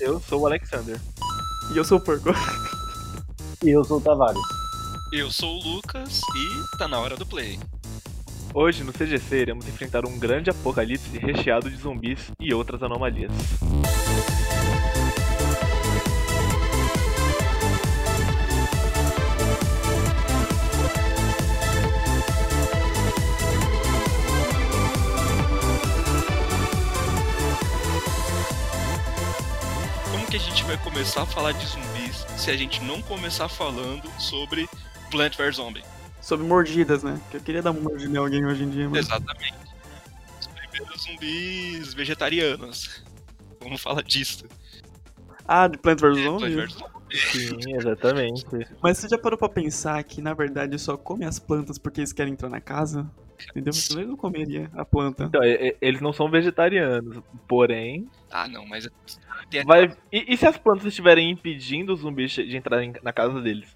Eu sou o Alexander. E eu sou o Porco. E eu sou o Tavares. Eu sou o Lucas e tá na hora do play. Hoje no CGC iremos enfrentar um grande apocalipse recheado de zumbis e outras anomalias. Como que a gente vai começar a falar de zumbis se a gente não começar falando sobre Plant vs Zombie? Sobre mordidas, né? Que eu queria dar uma mordida em alguém hoje em dia, Hum. mas. Exatamente. Os primeiros zumbis vegetarianos. Vamos falar disso. Ah, de Plant vs. É, Plant Zombie? vs Zombie. Sim, exatamente. Mas você já parou pra pensar que, na verdade, só come as plantas porque eles querem entrar na casa? Entendeu? Senão eles não comeria a planta. Então, e- e- eles não são vegetarianos, porém. Ah, não, mas é tem Vai... E, e se as plantas estiverem impedindo os zumbis de entrarem na casa deles?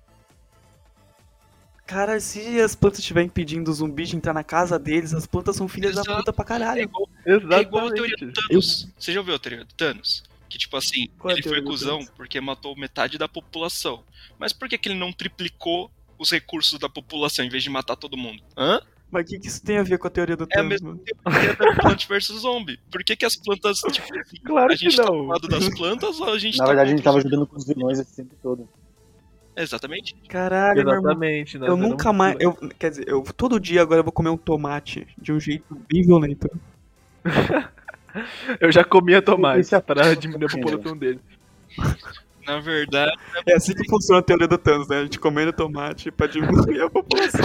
Cara, se as plantas estiverem impedindo o zumbi de entrar na casa deles, as plantas são filhas da Exato. puta pra é caralho. igual, é igual a teoria do Exatamente. Thanos. Você já ouviu a teoria do Thanos? Que tipo assim, Qual é a ele foi teoria do cuzão Thanos? porque matou metade da população. Mas por que, que ele não triplicou os recursos da população em vez de matar todo mundo? Hã? Mas o que, que isso tem a ver com a teoria do É a Thanos? mesma mano? teoria da Plant vs Zombie. Por que, que as plantas. Tipo, assim, Claro a gente que tá não. do lado das plantas ou a gente Na tá verdade, a gente contra tava os- jogando com os vilões esse tempo todo. Exatamente. Caralho, meu irmão. Exatamente. né? nós Eu éramos- nunca mais. Eu, quer dizer, eu todo dia agora eu vou comer um tomate de um jeito bem violento. Eu já comia tomate Isso é- pra diminuir a população deles. Na verdade, tá É assim que funciona a teoria do Thanos, né? A gente comendo tomate pra diminuir a população.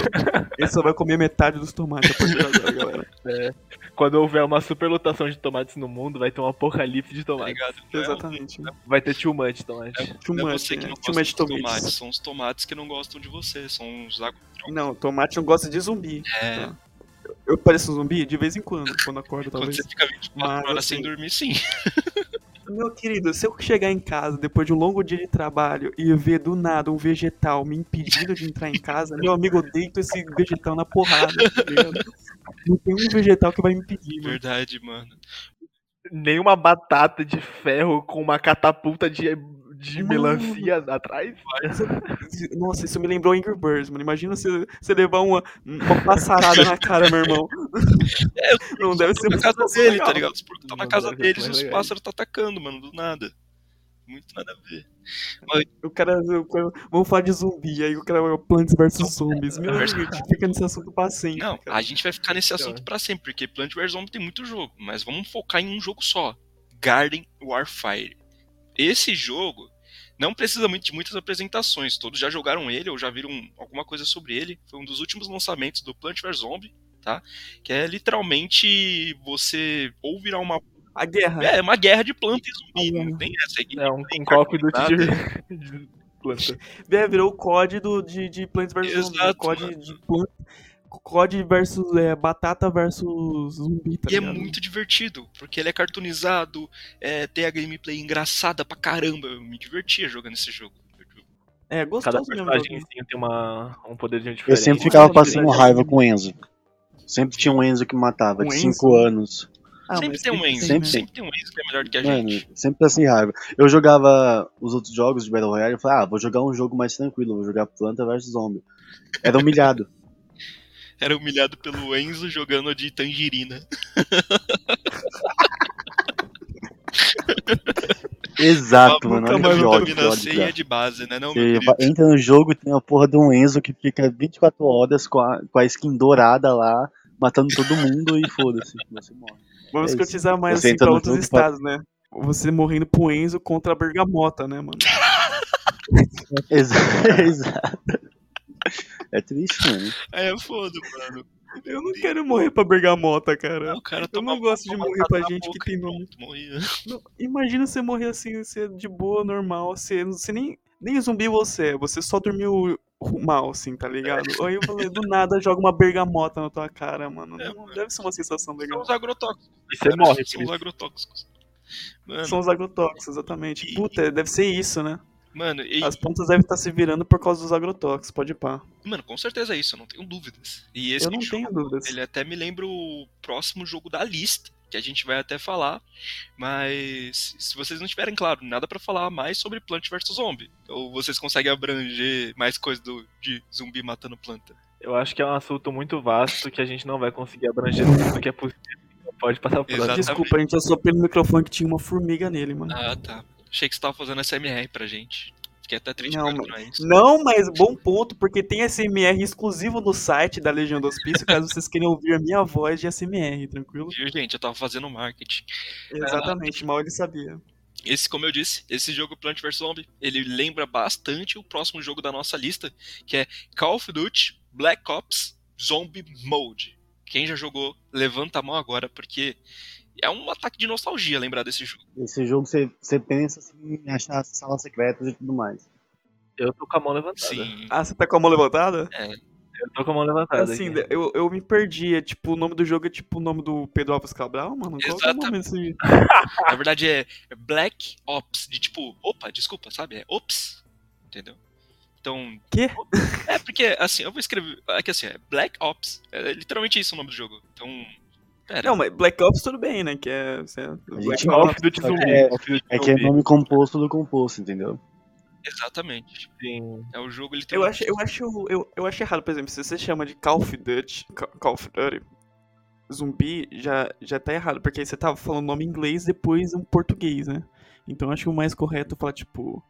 Ele só vai comer metade dos tomates a partir de agora, galera. Quando houver uma superlotação de tomates no mundo, vai ter um apocalipse de tá tomates. ligado? Não é Exatamente. Vai ter too much de tomate. Too Não é much, você que né? não Too gosta much dos tomates. É, tomates, são os tomates que não gostam de você, são os agro- Não, tomate não gosta de zumbi. É, Tá. Eu pareço um zumbi de vez em quando, quando acordo, quando talvez. você fica 24 Mas, horas assim, sem dormir, sim. Meu querido, se eu chegar em casa depois de um longo dia de trabalho e ver do nada um vegetal me impedindo de entrar em casa, meu amigo, eu deito esse vegetal na porrada, tá ligado? Não tem um vegetal que vai me impedir, mano. Verdade, mano. Nenhuma batata de ferro com uma catapulta de, de Mano. melancia atrás. Nossa, isso me lembrou Angry Birds, mano. Imagina você, você levar uma, uma passarada na cara, meu irmão. É, Não deve ser na muito casa dele, tá legal. ligado? Os porcos estão na Não, casa deve ser deles e mais os legal. pássaros tá atacando, mano, do nada. Muito nada a ver. O cara, o cara- Vamos falar de zumbi, aí o cara vai Plants vs Zombies. Meu Versus- amigo, a gente fica nesse assunto pra sempre. Não, cara. a gente vai ficar nesse assunto pra sempre, porque Plant vs Zombie tem muito jogo, mas vamos focar em um jogo só: Garden Warfare. Esse jogo não precisa muito de muitas apresentações, todos já jogaram ele ou já viram alguma coisa sobre ele. Foi um dos últimos lançamentos do Plant vs Zombie, tá? Que é literalmente você ou virar uma. A guerra. É, uma guerra de planta e zumbi, não tem essa aí. Ah. É um, um tem copo do carboidrato. de, de planta. É, virou o COD do, de, de Plants vs Zombies. né? Exato, COD mano. de plant, COD versus é, batata versus zumbi, tá E é ligado? muito divertido, porque ele é cartoonizado, é, tem a gameplay engraçada pra caramba. Eu me divertia jogando esse jogo. É Cada gostoso mesmo. personagem né? sim, tem uma, um poderzinho Eu diferente. sempre ficava ficava Verdade, passando passando verdade. raiva com o Enzo. Sempre tinha um Enzo que matava, Um de de 5 cinco anos. Ah, sempre mas tem um Enzo, tem, sempre, né? tem um Enzo que é melhor do que a Mano, gente. sempre passei raiva. Eu jogava os outros jogos de Battle Royale e falava, ah, vou jogar um jogo mais tranquilo, vou jogar Planta vs Zombie. Era humilhado. Era humilhado pelo Enzo jogando de tangerina. Ah, Ah, Exato, mano. nunca Olha mais que eu ódio, que vitamina ódio, C cara. é de base, né? Não, meu Você querido? vai- entra no jogo e tem a porra de um Enzo que fica 24 horas com a, com a skin dourada lá, matando todo mundo e foda-se, você morre. Vamos É isso. cotizar mais Você assim entra pra no outros jogo pra- estados, né? Você morrendo pro Enzo contra a bergamota, né, mano? Exa- Exato. É triste, mano. É foda, mano. Eu não quero morrer pra bergamota, cara. O cara Eu toma não gosto de toma morrer pra na gente que boca tem e nome. pronto, morria. Não, imagina você morrer assim, você de boa, normal, você, você nem, nem zumbi você é, você só dormiu mal, assim, É. tá ligado? Aí eu falei, do nada joga uma bergamota na tua cara, mano. É, Não- mano. deve ser uma sensação São legal. os agrotóxicos. E você cara, morre São por os isso. agrotóxicos. Mano, São os agrotóxicos, exatamente. Puta, deve ser isso, né? mano, e- As plantas devem estar se virando por causa dos agrotóxicos, pode pá. mano, com certeza é isso, eu não tenho dúvidas. E esse Eu não jogo, tenho dúvidas. ele até me lembra o próximo jogo da lista, que a gente vai até falar, mas se vocês não tiverem claro nada pra falar mais sobre Plant vs Zombie, ou vocês conseguem abranger mais coisa do, de zumbi matando planta? Eu acho que é um assunto muito vasto que a gente não vai conseguir abranger tudo que é possível. Não pode passar por Exato. lá. Desculpa, a gente assopou no microfone que tinha uma formiga nele, mano. Ah, tá. Achei que você tava fazendo SMR pra gente. Fiquei até triste Não, pra trás. Não, mas bom ponto, porque tem SMR exclusivo no site da Legião do Hospício, caso vocês queiram ouvir a minha voz de SMR, tranquilo? Viu, gente? Eu tava fazendo marketing. Exatamente, mal ele sabia. Esse, como eu disse, esse jogo Plant vs Zombie, ele lembra bastante o próximo jogo da nossa lista, que é Call of Duty Black Ops Zombie Mode. Quem já jogou, levanta a mão agora, porque é um ataque de nostalgia lembrar desse jogo. Esse jogo você, você pensa assim, em achar salas secretas e tudo mais. Eu tô com a mão levantada. Sim. Ah, você tá com a mão levantada? Eu tô com a mão levantada. Assim, aqui. eu, eu me perdi. É tipo, o nome do jogo é tipo o nome do Pedro Alves Cabral, mano? Qual que é o nome desse- Na verdade é é Black Ops, de tipo, opa, desculpa, sabe? É Ops, entendeu? Então. Quê? É porque, assim, eu vou escrever. É que assim, é Black Ops. É literalmente isso o nome do jogo. Então. Pera. Não, mas Black Ops tudo bem, né? Que é. você- Black Call Ops. of Duty Só Zumbi. que é- Call of Duty É que é Zumbi. nome composto do composto, entendeu? Exatamente. Sim. É o jogo Eu literalmente. acho, eu, acho, eu, eu acho errado, por exemplo, se você chama de Call of Duty, Ca- Call of Duty zumbi, já, já tá errado, porque aí você tava falando nome em inglês depois um português, né? Então eu acho que o mais correto é falar, tipo,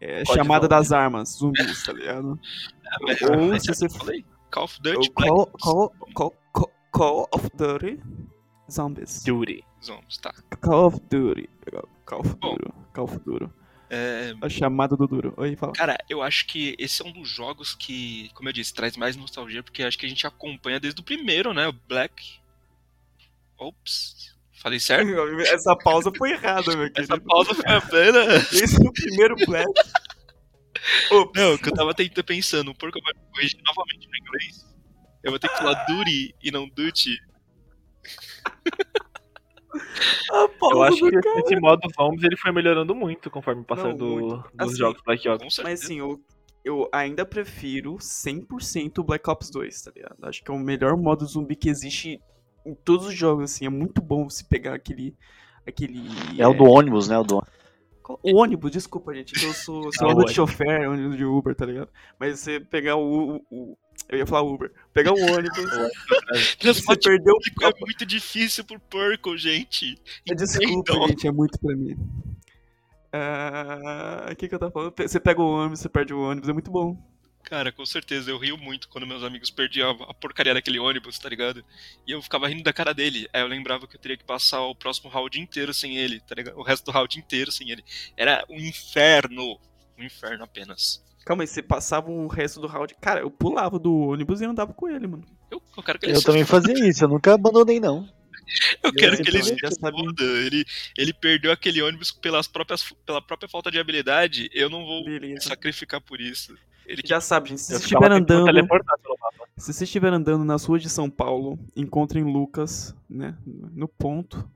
é, Código chamada Zumbi. das armas, zumbis, tá ligado? Ou se você for É, falei. Call of Duty Call, Black Ops. Call, Call, Call, Call of Duty Zombies. Duty. Zombies, tá. Call of Duty. Call of Bom. Duty. Call of Duty. É, A chamada do duro. Oi, fala. Cara, eu acho que esse é um dos jogos que, como eu disse, traz mais nostalgia, porque acho que a gente acompanha desde o primeiro, né? O Black. Ops. Falei certo? Essa pausa foi errada, meu querido. Essa pausa foi a plena. Esse é o primeiro Black. Ops. Não, que eu tava tentando pensando, um porque eu vou corrigir novamente no inglês. Eu vou ter que falar Duri e não Duty. A pausa Eu acho do que cara. esse modo zombies ele foi melhorando muito conforme o passar Não, do- muito. dos Assim, jogos Black Ops. Com certeza. Mas assim, eu, eu ainda prefiro 100% o Black Ops 2, tá ligado? Acho que é o melhor modo zumbi que existe em todos os jogos, assim. É muito bom você pegar aquele... aquele É o do ônibus, né? O do Qual- O ônibus, desculpa, gente. que Eu sou, sou Ah, ônibus ônibus. de chofer, ônibus de Uber, tá ligado? Mas você pegar o. o- o- eu ia falar Uber. Pegar o ônibus, você Transporte perdeu público o. é muito difícil pro Perco, gente. Desculpa, Então, gente, é muito pra mim. Ah, O que, que eu tava falando? Você pega o ônibus, você perde o ônibus, é muito bom. Cara, com certeza, eu rio muito quando meus amigos perdiam a- a porcaria daquele ônibus, tá ligado? E eu ficava rindo da cara dele. Aí eu lembrava que eu teria que passar o próximo round inteiro sem ele, tá ligado? O resto do round inteiro sem ele. Era um inferno. Um inferno apenas. Calma aí, você passava o resto do round. Cara, eu pulava do ônibus e andava com ele, mano. Eu, eu quero que ele Eu se também fazia isso, eu nunca abandonei, não. Eu quero sei, que ele então, se ele já sabe. foda. Ele, ele perdeu aquele ônibus pelas próprias, pela própria falta de habilidade. Eu não vou me Beleza. sacrificar por isso. Ele que Já sabe, gente, se Eu você ficava estiver tentando andando. teleportar pelo mapa. Se você estiver andando nas ruas de São Paulo, encontrem Lucas, né? No ponto.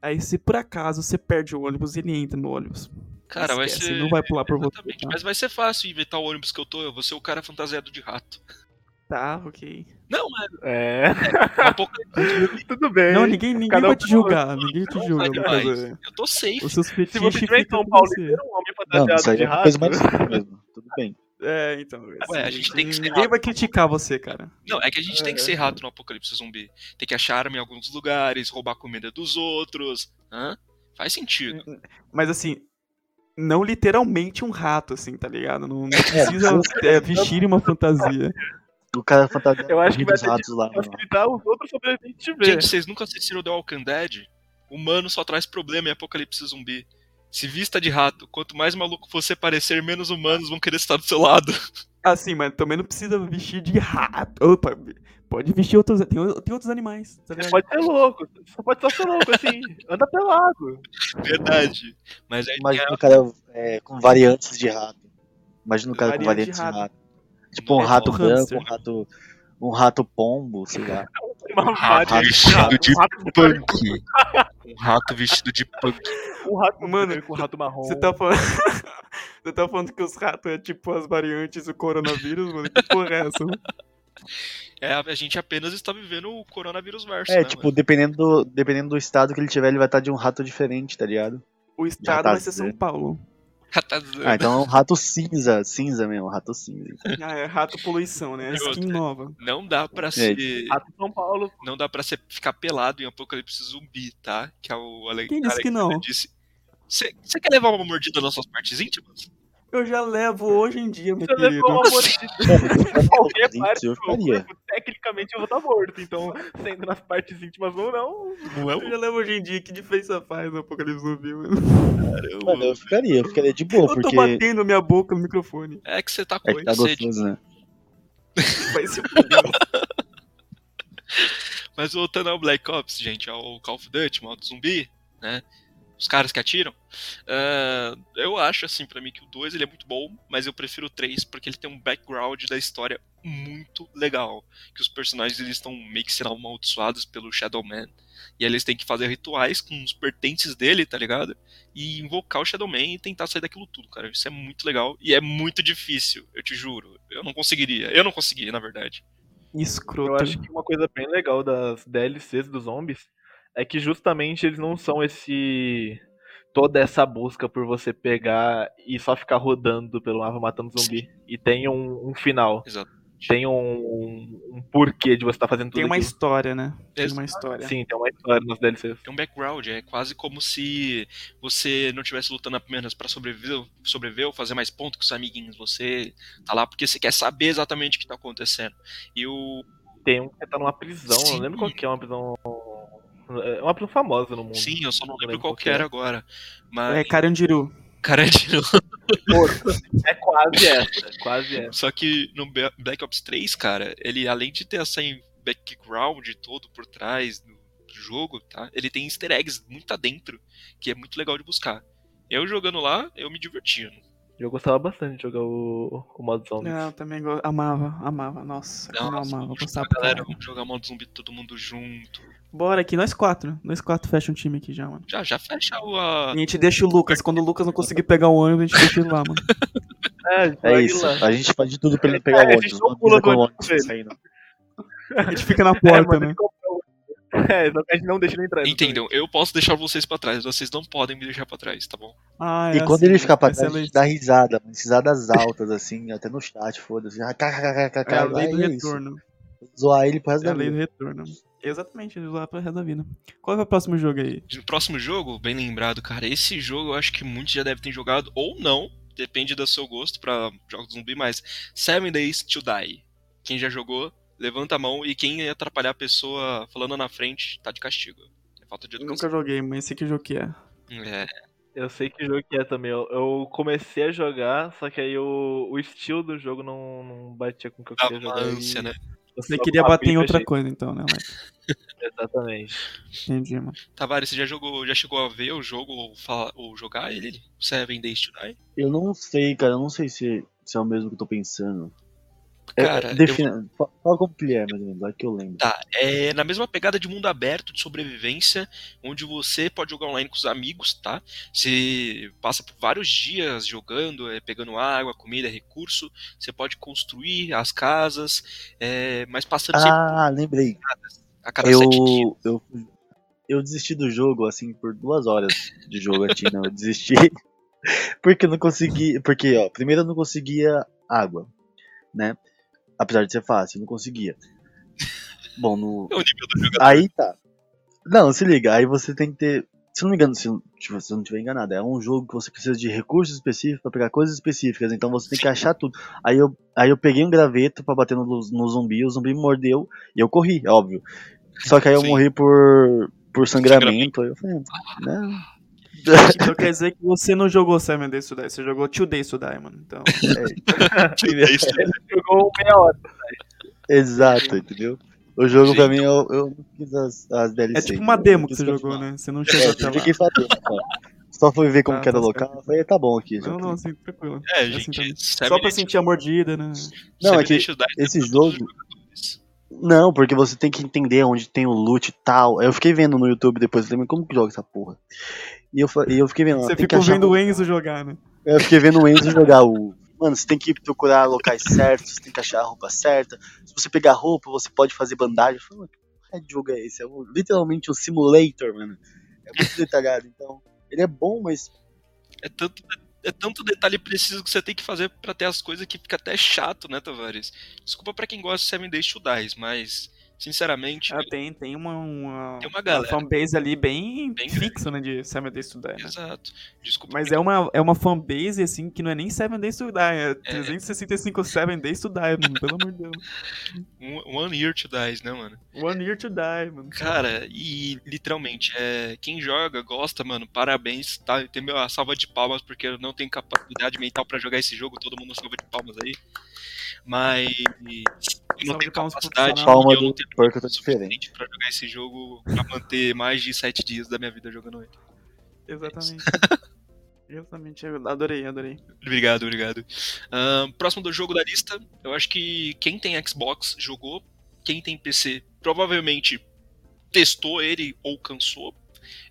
Aí, se por acaso você perde o ônibus, ele entra no ônibus. Cara, vai Esquece, ser. Ele não vai pular por você. Exatamente, tá? mas vai ser fácil inventar o ônibus que eu tô. Eu vou ser o cara fantasiado de rato. Tá, ok. Não, é É. um pouco Tudo bem. Não, ninguém, ninguém Cada vai um te tem uma julgar. Ninguém te julga, vai demais. Lucas. Eu tô safe. Os seus Se fetiches você tiver em ficam São com Paulo você. inteiro um homem Não, isso fantasiado aí de é uma coisa rato. mais simples mesmo. Tudo bem. É, então. Ué, a assim, gente tem que ser Ninguém rápido. vai criticar você, cara. Não, é que a gente tem que ser rato no apocalipse zumbi. Tem que achar arma em alguns lugares, roubar comida dos outros. Hã? Faz sentido. Hum, Mas assim. Não literalmente um rato, assim, tá ligado? Não, não É, precisa é, vestir uma fantasia. O cara fantasia Eu acho que vai dos ter ratos lá, mano. Facilitar os outros sobreviventes te ver. é. Gente, vocês nunca assistiram The Walking Dead? Humano só traz problema em apocalipse zumbi. Se vista de rato, quanto mais maluco você parecer, menos humanos vão querer estar do seu lado. Assim, mas também não precisa vestir de rato. Opa, pode vestir outros. Tem, o- tem outros animais, tá Você ligado? pode ser louco. Você pode só ser louco, assim. Anda pelado. Verdade. Mas é aí tem Imagina o cara é, com variantes de rato. Imagina o cara com Variante variantes de de rato. Tipo Não, um rato um branco, hamster. um rato. Um rato pombo, sei lá. Uma um rato varia- vestido de um rato- punk. Um rato vestido de punk. Um rato Mano, branco, um rato marrom. Você tá falando. Você tá falando que os ratos é tipo as variantes do coronavírus, mano? Que porra é essa? mano? É, a gente apenas está vivendo o coronavírus verso, É, né, tipo, mano? dependendo do, dependendo do estado que ele tiver, ele vai estar de um rato diferente, tá ligado? O estado tá vai ser São dizendo. Paulo. Catazana. Ah, então é um rato cinza, cinza mesmo, rato cinza. Ah, é rato poluição, né? E Skin outra. nova. Não dá É. pra ser. um Rato São Paulo. Não dá pra ser, ficar pelado em apocalipse zumbi, tá? Que é o Ale... Quem disse que Alexandre não? disse. Você quer levar uma mordida nas suas partes íntimas? Eu já levo hoje em dia, meu Você querido. levou uma mordida em qualquer parte eu do meu faria. corpo, tecnicamente eu vou estar morto. Então, sendo nas partes íntimas ou não, Não é Eu já levo hoje em dia. Que diferença faz no Apocalipse Zumbi, mano? Mano, eu ficaria, eu ficaria de boa, Eu tô porque batendo minha boca no microfone. É que você tá com é que tá sede. gostoso, né? Vai se fuder. Mas voltando ao Black Ops, gente, ao Call of Duty, modo zumbi, né? Os caras que atiram. ah, eu acho, assim, pra mim que o 2 ele é muito bom, mas eu prefiro o 3 porque ele tem um background da história muito legal. Que os personagens eles estão meio que sendo amaldiçoados pelo Shadow Man. E aí eles têm que fazer rituais com os pertences dele, tá ligado? E invocar o Shadow Man e tentar sair daquilo tudo, cara. Isso é muito legal e é muito difícil, eu te juro. Eu não conseguiria. Eu não conseguia, na verdade. Eu Escroto. acho que uma coisa bem legal das DLCs dos zombies é que justamente eles não são esse. toda essa busca por você pegar e só ficar rodando pelo mapa matando zumbi. E tem um, um final. Exato. Tem um, um- um porquê de você estar fazendo tudo Tem uma aquilo. história, né? Tem Ex- uma história. Sim, tem uma história nas DLCs. tem um background, é quase como se você não estivesse lutando apenas pra sobreviver, sobreviver ou fazer mais ponto com os amiguinhos. Você tá lá porque você quer saber exatamente o que tá acontecendo. E o. Tem um que tá numa prisão, eu Sim. não lembro qual que é uma prisão. É uma prisão famosa no mundo. Sim, eu só não Não lembro lembro Uhum. qual qual que era agora. É Mas. Carandiru. Cara, de novo. É quase essa, é quase essa. Só que no Be- Black Ops 3, cara, ele além de ter essa em- background todo por trás do jogo, tá? Ele tem easter eggs muito adentro, que é muito legal de buscar. Eu jogando lá, eu me divertindo. Eu gostava bastante de jogar o, o modo zombies. Não, eu também go- amava, amava. Nossa, eu Nossa, amava. vamos Gostava jogar, pra galera, caralho. vamos jogar modo zumbi todo mundo junto. Bora aqui, nós quatro. Nós quatro fecha um time aqui já, mano. Já, já fecha o. a- A gente deixa o Lucas. Quando o Lucas não conseguir pegar o ônibus, a gente deixa ele lá, mano. É, É jogue isso, lá. a gente faz de tudo pra ele não pegar É, o a ônibus. gente não não pula avisa do quando tá o ônibus ônibus sair, não. A gente fica na É, porta, mano, né? ele comprou. É, exato, a gente não deixa ele entrar. Entendam, eu posso deixar vocês pra trás, vocês não podem me deixar pra trás, tá bom? Ah, E é quando assim, ele ficar pra essa é trás, a a gente lei. dá risada, mas risadas altas, assim, até no chat, foda-se. Ah, É a lei kkkkk, do vai, é isso. retorno. Zoar ele pro resto É a da lei do vida. retorno. Exatamente, lá pro resto da vida. Qual é o próximo jogo aí? No próximo jogo, bem lembrado, cara, esse jogo eu acho que muitos já devem ter jogado, ou não, depende do seu gosto pra jogos de zumbi, mas Seven Days to Die. Quem já jogou, levanta a mão e quem atrapalhar a pessoa falando na frente, tá de castigo. É falta de Eu nunca educação. joguei, mas sei que jogo que é. É, Eu sei que jogo que é também. Eu, eu comecei a jogar, só que aí o, o estilo do jogo não, não batia com o que eu dá queria tá uma jogar. e ânsia, né? eu Você só queria abri bater em e outra fechei. coisa, então, né? Alex? Exatamente. Entendi, mano. Tavares, você já jogou, já chegou a ver o jogo ou, falar, ou jogar ele? Seven Days to Die? Eu não sei, cara, eu não sei se, se é o mesmo que eu tô pensando. É, Cara, eu defina, fa- fala como que ele é, mais ou menos, é que eu lembro. Tá, é na mesma pegada de mundo aberto, de sobrevivência, onde você pode jogar online com os amigos, tá? Você passa por vários dias jogando, é, pegando água, comida, recurso, você pode construir as casas, é, mas passando sempre Ah, lembrei. a cada Eu, sete dias. eu, eu desisti do jogo, assim, por duas horas de jogo, Tina. Eu desisti. Porque eu não consegui. Porque, ó, primeiro eu não conseguia água, né? Apesar de ser fácil, eu não conseguia. Bom, no, É o nível do jogo. Aí tá. Não, se liga, aí você tem que ter. Se eu não me engano, se, eu- se você não tiver enganado, é um jogo que você precisa de recursos específicos pra pegar coisas específicas, então você tem que achar tudo. Aí eu, aí eu peguei um graveto pra bater no, no zumbi, o zumbi me mordeu e eu corri, é óbvio. Só que aí eu Sim. morri por, por sangramento, aí eu falei, né? Então quer dizer que você não jogou Seven Days to Die, você jogou Two Days to Die, mano. Então, É isso, né? Jogou um meia hora. Exato, entendeu? O jogo Sim. pra mim, eu, eu não quis as, as DLC. é tipo uma entendeu? Eu demo que quis você jogou, continuar. né? Você não É, chegou até eu lá. fiquei só demo, só. Só fui ver como Tá, que era tá o local, eu falei, tá bom aqui. já Não, que- não, assim, tranquilo. É, assim também. gente, Só pra sentir a mordida, né? Não, é que esse jogo- jogadores. Não, porque você tem que entender onde tem o loot e tal. Eu fiquei vendo no YouTube depois, eu falei, "Mas como que joga essa porra? E eu, fa- e eu fiquei vendo, "Ah, Você tem que ficou achar vendo um-" o Enzo jogar, né? Eu fiquei vendo o Enzo jogar o Mano, você tem que procurar locais certos, você tem que achar a roupa certa. Se você pegar roupa, você pode fazer bandagem. Eu falei, mano, que porra de jogo é esse? É um- literalmente um simulator, mano. É muito detalhado, então. Ele é bom, mas. É tanto, é tanto detalhe preciso que você tem que fazer pra ter as coisas que fica até chato, né, Tavares? Desculpa pra quem gosta de Seven Days to Dies, mas, sinceramente, Ah, tem, tem uma, uma, Tem uma galera. fanbase ali bem, Bem grande. fixa, né, de Seven Days to Die, né? exato. Desculpa. Mas pra é uma, é uma fanbase, assim, que não é nem Seven Days to Die, é É. 365 Seven Days to Die, mano, pelo amor de Deus. quem- One- um, One Year to Dies, né, mano? One Year to Die, mano. Cara, e literalmente, é, quem joga, gosta, mano, parabéns, tá? Tem meu, a salva de palmas, porque eu não tenho capacidade mental pra jogar esse jogo, todo mundo salva de palmas aí. Mas eu Salva não de tenho palmas capacidade, profissional. e Palma eu não do tenho porco tá suficiente pra jogar esse jogo pra manter mais de sete dias da minha vida jogando ele. Exatamente. Exatamente, eu adorei, adorei. Obrigado, obrigado. Ahn, próximo do jogo da lista, eu acho que quem tem Xbox jogou, quem tem PC provavelmente testou ele ou cansou,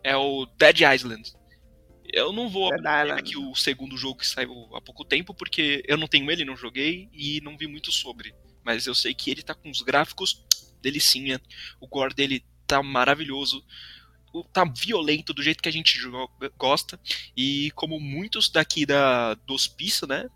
é o Dead Island. Eu não vou Dead abrir Island. aqui o segundo jogo que saiu há pouco tempo, porque eu não tenho ele, não joguei e não vi muito sobre. Mas eu sei que ele tá com os gráficos delicinha, o gore dele tá maravilhoso, o- tá violento do jeito que a gente joga- gosta. E como muitos daqui da do hospício, né?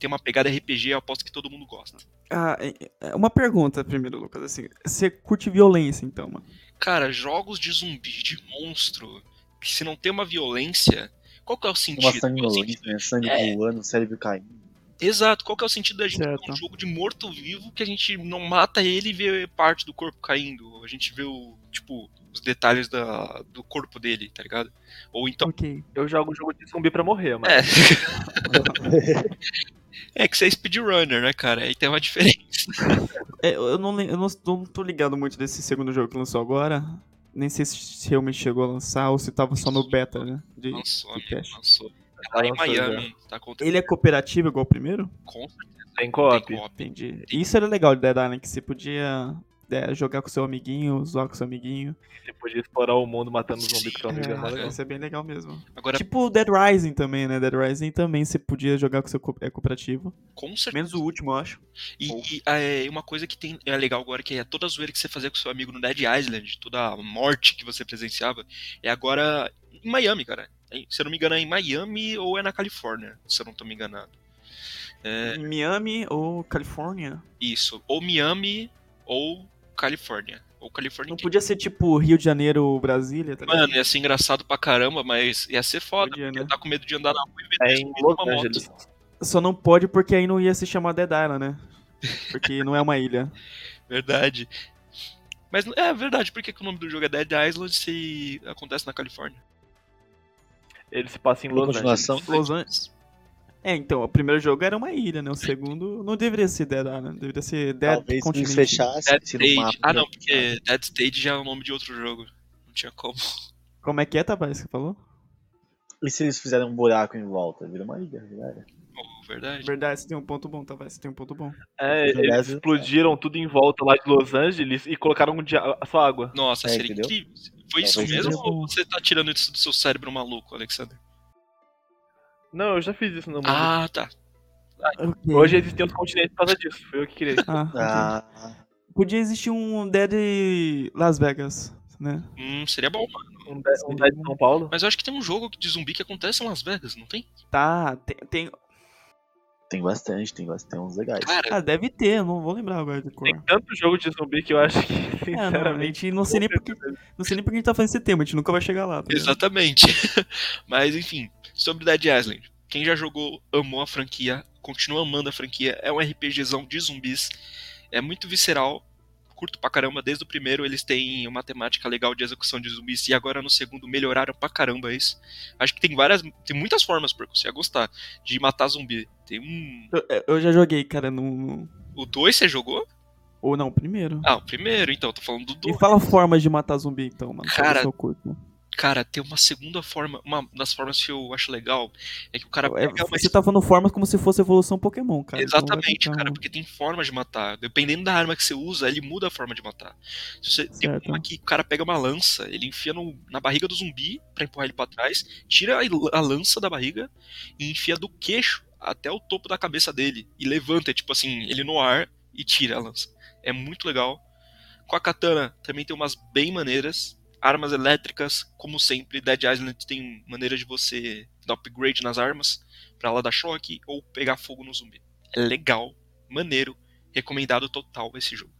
Tem uma pegada RPG, eu aposto que todo mundo gosta. Ah, é- é uma pergunta primeiro, Lucas, assim, você curte violência, então, mano? Cara, jogos de zumbi, de monstro, que se não tem uma violência, qual que é o sentido? Uma sangue Qual é o rolando, sentido? né? Sangue É. voando, cérebro caindo. Exato, qual que é o sentido da gente ter um Certo. jogo de morto-vivo que a gente não mata ele e vê parte do corpo caindo? A gente vê o, tipo, os detalhes da, do corpo dele, tá ligado? Ou então. Ok. Eu jogo jogo de zumbi pra morrer, mano. É. é que você é speedrunner, né, cara? Aí tem uma diferença. É, eu não, lem- eu não, não tô ligado muito desse segundo jogo que lançou agora, nem sei se realmente chegou a lançar ou se tava só no beta, né, de Lançou, amigo, podcast. lançou. Tá em Nossa, Miami, tá acontecendo Ele é cooperativo igual o primeiro? com Tem co-op. Tem co-op. Entendi. Isso era legal de Dead Island, que você podia é, jogar com seu amiguinho, zoar com seu amiguinho. Você podia explorar o mundo matando zumbi um com seu amigo. é mó É, legal. isso é bem legal mesmo. Agora, Tipo o Dead Rising também, né? Dead Rising também você podia jogar com seu co- é, cooperativo. com certeza. Menos o último, eu acho. E, e, ah, é uma coisa que tem, é legal agora, que é toda a zoeira que você fazia com seu amigo no Dead Island, toda a morte que você presenciava, é agora em Miami, cara. É, Se eu não me engano, é em Miami ou é na Califórnia, se eu não tô me enganado. É, Miami ou Califórnia? isso. Ou Miami ou Califórnia. Ou Califórnia. Não podia ser tipo Rio de Janeiro ou Brasília, tá ligado? Mano, ia ser engraçado pra caramba, mas ia ser foda. Podia, porque né? Eu tá com medo de andar na rua e ver É dois em zumbis Los numa Tipo moto. Angeles. Só não pode porque aí não ia se chamar Dead Island, né? Porque não é uma ilha. Verdade. Mas não- é verdade, por que, que o nome do jogo é Dead Island se acontece na Califórnia? Ele se passa em Uma Los Angeles. continuação. Los Angeles. É, então, o primeiro jogo era uma ilha, né? O segundo não deveria ser Dead Island, deveria ser Dead Talvez se Continent. fechasse, Dead se né? no Stage. mapa. ah, não, porque Dead Stage já é o nome de outro jogo. Não tinha como. Como é que é, Tabás, que você falou? E se eles fizerem um buraco em volta? Vira uma ilha, galera. Oh, verdade. Verdade, você tem um ponto bom, Tabás, você tem um ponto bom. É, eles Aliás, explodiram tudo em volta lá de Los Angeles e colocaram um dia- só água. Nossa, É, seria entendeu? incrível. Foi isso Talvez mesmo seja bom. ou você tá tirando isso do seu cérebro maluco, Alexander? Não, eu já fiz isso no mundo. Ah, tá. Ok. Hoje existem os continentes por causa disso. Foi eu que criei. Ah, ok. Ah, Podia existir um Dead Las Vegas, né? Hum, seria bom. Um, de- um de São Paulo. Mas eu acho que tem um jogo de zumbi que acontece em Las Vegas, não tem? Tá, tem. tem- tem bastante, tem bastante, tem uns legais. Cara, Ah, deve ter, eu não vou lembrar agora de cor. Tem tanto jogo de zumbi que eu acho que, É, não, a sinceramente. gente não sei nem porque. Não sei nem porque a gente tá fazendo esse tema, a gente nunca vai chegar lá. tá ligado? Exatamente. Mas enfim, sobre Dead Island. Quem já jogou, amou a franquia, continua amando a franquia. É um RPGzão de zumbis. É muito visceral. Curto pra caramba. Desde o primeiro eles têm uma temática legal de execução de zumbis. E agora no segundo melhoraram pra caramba isso. Acho que tem várias. Tem muitas formas, porque você ia gostar, de matar zumbi. Tem um. Eu- Eu, já joguei, cara, no. no- O dois você jogou? Ou não, primeiro. Ah, o primeiro, então, tô falando do Me dois. fala formas de matar zumbi, então, mano. Cara, Eu curto. Cara, tem uma segunda forma. Uma das formas que eu acho legal é que o cara É, pega uma você tá falando formas como se fosse evolução Pokémon, cara. então vai Exatamente, ficar- cara, porque tem formas de matar. Dependendo da arma que você usa, ele muda a forma de matar. Se você tem Certo. uma que o cara pega uma lança, ele enfia no- na barriga do zumbi pra empurrar ele pra trás, tira a, a lança da barriga e enfia do queixo até o topo da cabeça dele e levanta, tipo assim, ele no ar e tira a lança. É muito legal. Com a katana também tem umas bem maneiras. Armas elétricas, como sempre, Dead Island tem maneira de você dar upgrade nas armas para ela dar choque ou pegar fogo no zumbi. É legal, maneiro, recomendado total esse jogo.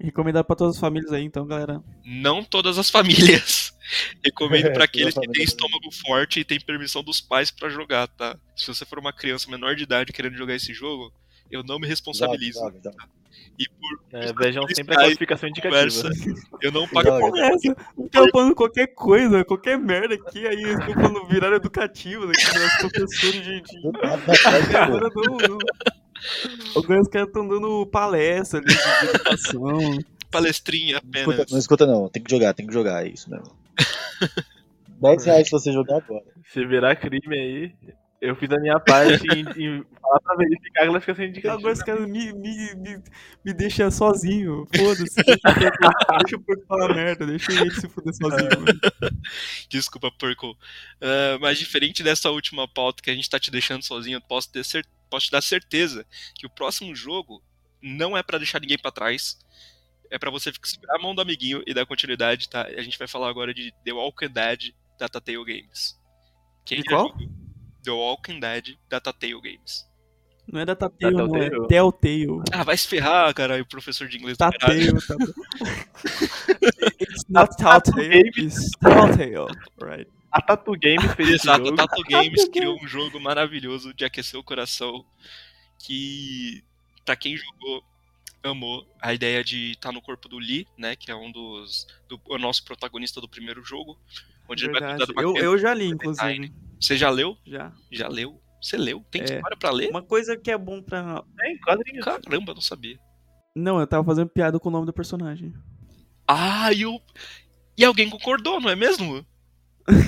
Recomendado pra todas as famílias aí, então, galera. Não todas as famílias. Recomendo É, pra aqueles que exatamente. têm estômago forte e têm permissão dos pais pra jogar, tá? Se você for uma criança menor de idade querendo jogar esse jogo, eu não me responsabilizo. Joga, joga, E por É, vejam sempre a Aí, classificação indicativa. conversa, eu não pago Joga. por Olha essa, tá falando qualquer coisa, qualquer merda aqui, aí eles estão falando virar educativo, né? Que nós professores de. de... Agora não, não. Agora os caras estão dando palestra ali de educação. palestrinha apenas. Escuta, não escuta não, tem que jogar, tem que jogar, é isso mesmo. 10 reais se você jogar agora. Se virar crime aí, eu fiz a minha parte em, em falar pra verificar a classificação indicativa. Agora os caras me, me, me, me deixam sozinho. Foda-se, deixa o porco- deixa o porco falar merda, deixa ele se fuder sozinho. mano. Desculpa, Porco. Ah, mas diferente dessa última pauta que a gente tá te deixando sozinho, eu posso, ter cer- posso te dar certeza que o próximo jogo não é pra deixar ninguém pra trás. É pra você segurar a mão do amiguinho e dar continuidade, tá? A gente vai falar agora de The Walking Dead da Telltale Games. Quem De já qual? jogou The Walking Dead da Telltale Games. Não é da Tateu, Da não, é Telltale? Telltale. Ah, vai se ferrar, caralho, professor de inglês do caralho. Tateu, Tateu. It's not Telltale, it's Telltale. Right. A Tatu Games fez esse Exato, a jogo. Tato Games criou um jogo maravilhoso de aquecer o coração que pra quem jogou amou a ideia de estar no corpo do Lee, né, que é um dos do, o nosso protagonista do primeiro jogo, onde ele vai cuidar Verdade. de uma Eu, criança. eu já li, inclusive. Você já leu? Já. Já leu? Você leu? Tem É. história pra ler? Uma coisa que é bom pra. Tem quadrinhos. Caramba, não sabia. Não, eu tava fazendo piada com o nome do personagem. Ah, e o e alguém concordou, não é mesmo?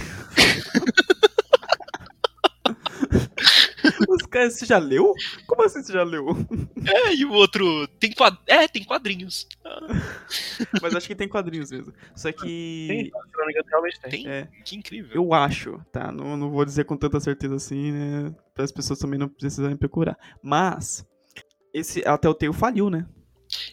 Os caras, você já leu? Como assim você já leu? É, e o outro tem quad... é, tem quadrinhos. Ah, Mas acho que tem quadrinhos mesmo. Só Tem, que. se não me engano, realmente tem. tem? É. Que incrível. Eu acho, tá? Não, não vou dizer com tanta certeza assim, né? Para as pessoas também não precisarem procurar. Mas, esse, a Telltale faliu, né?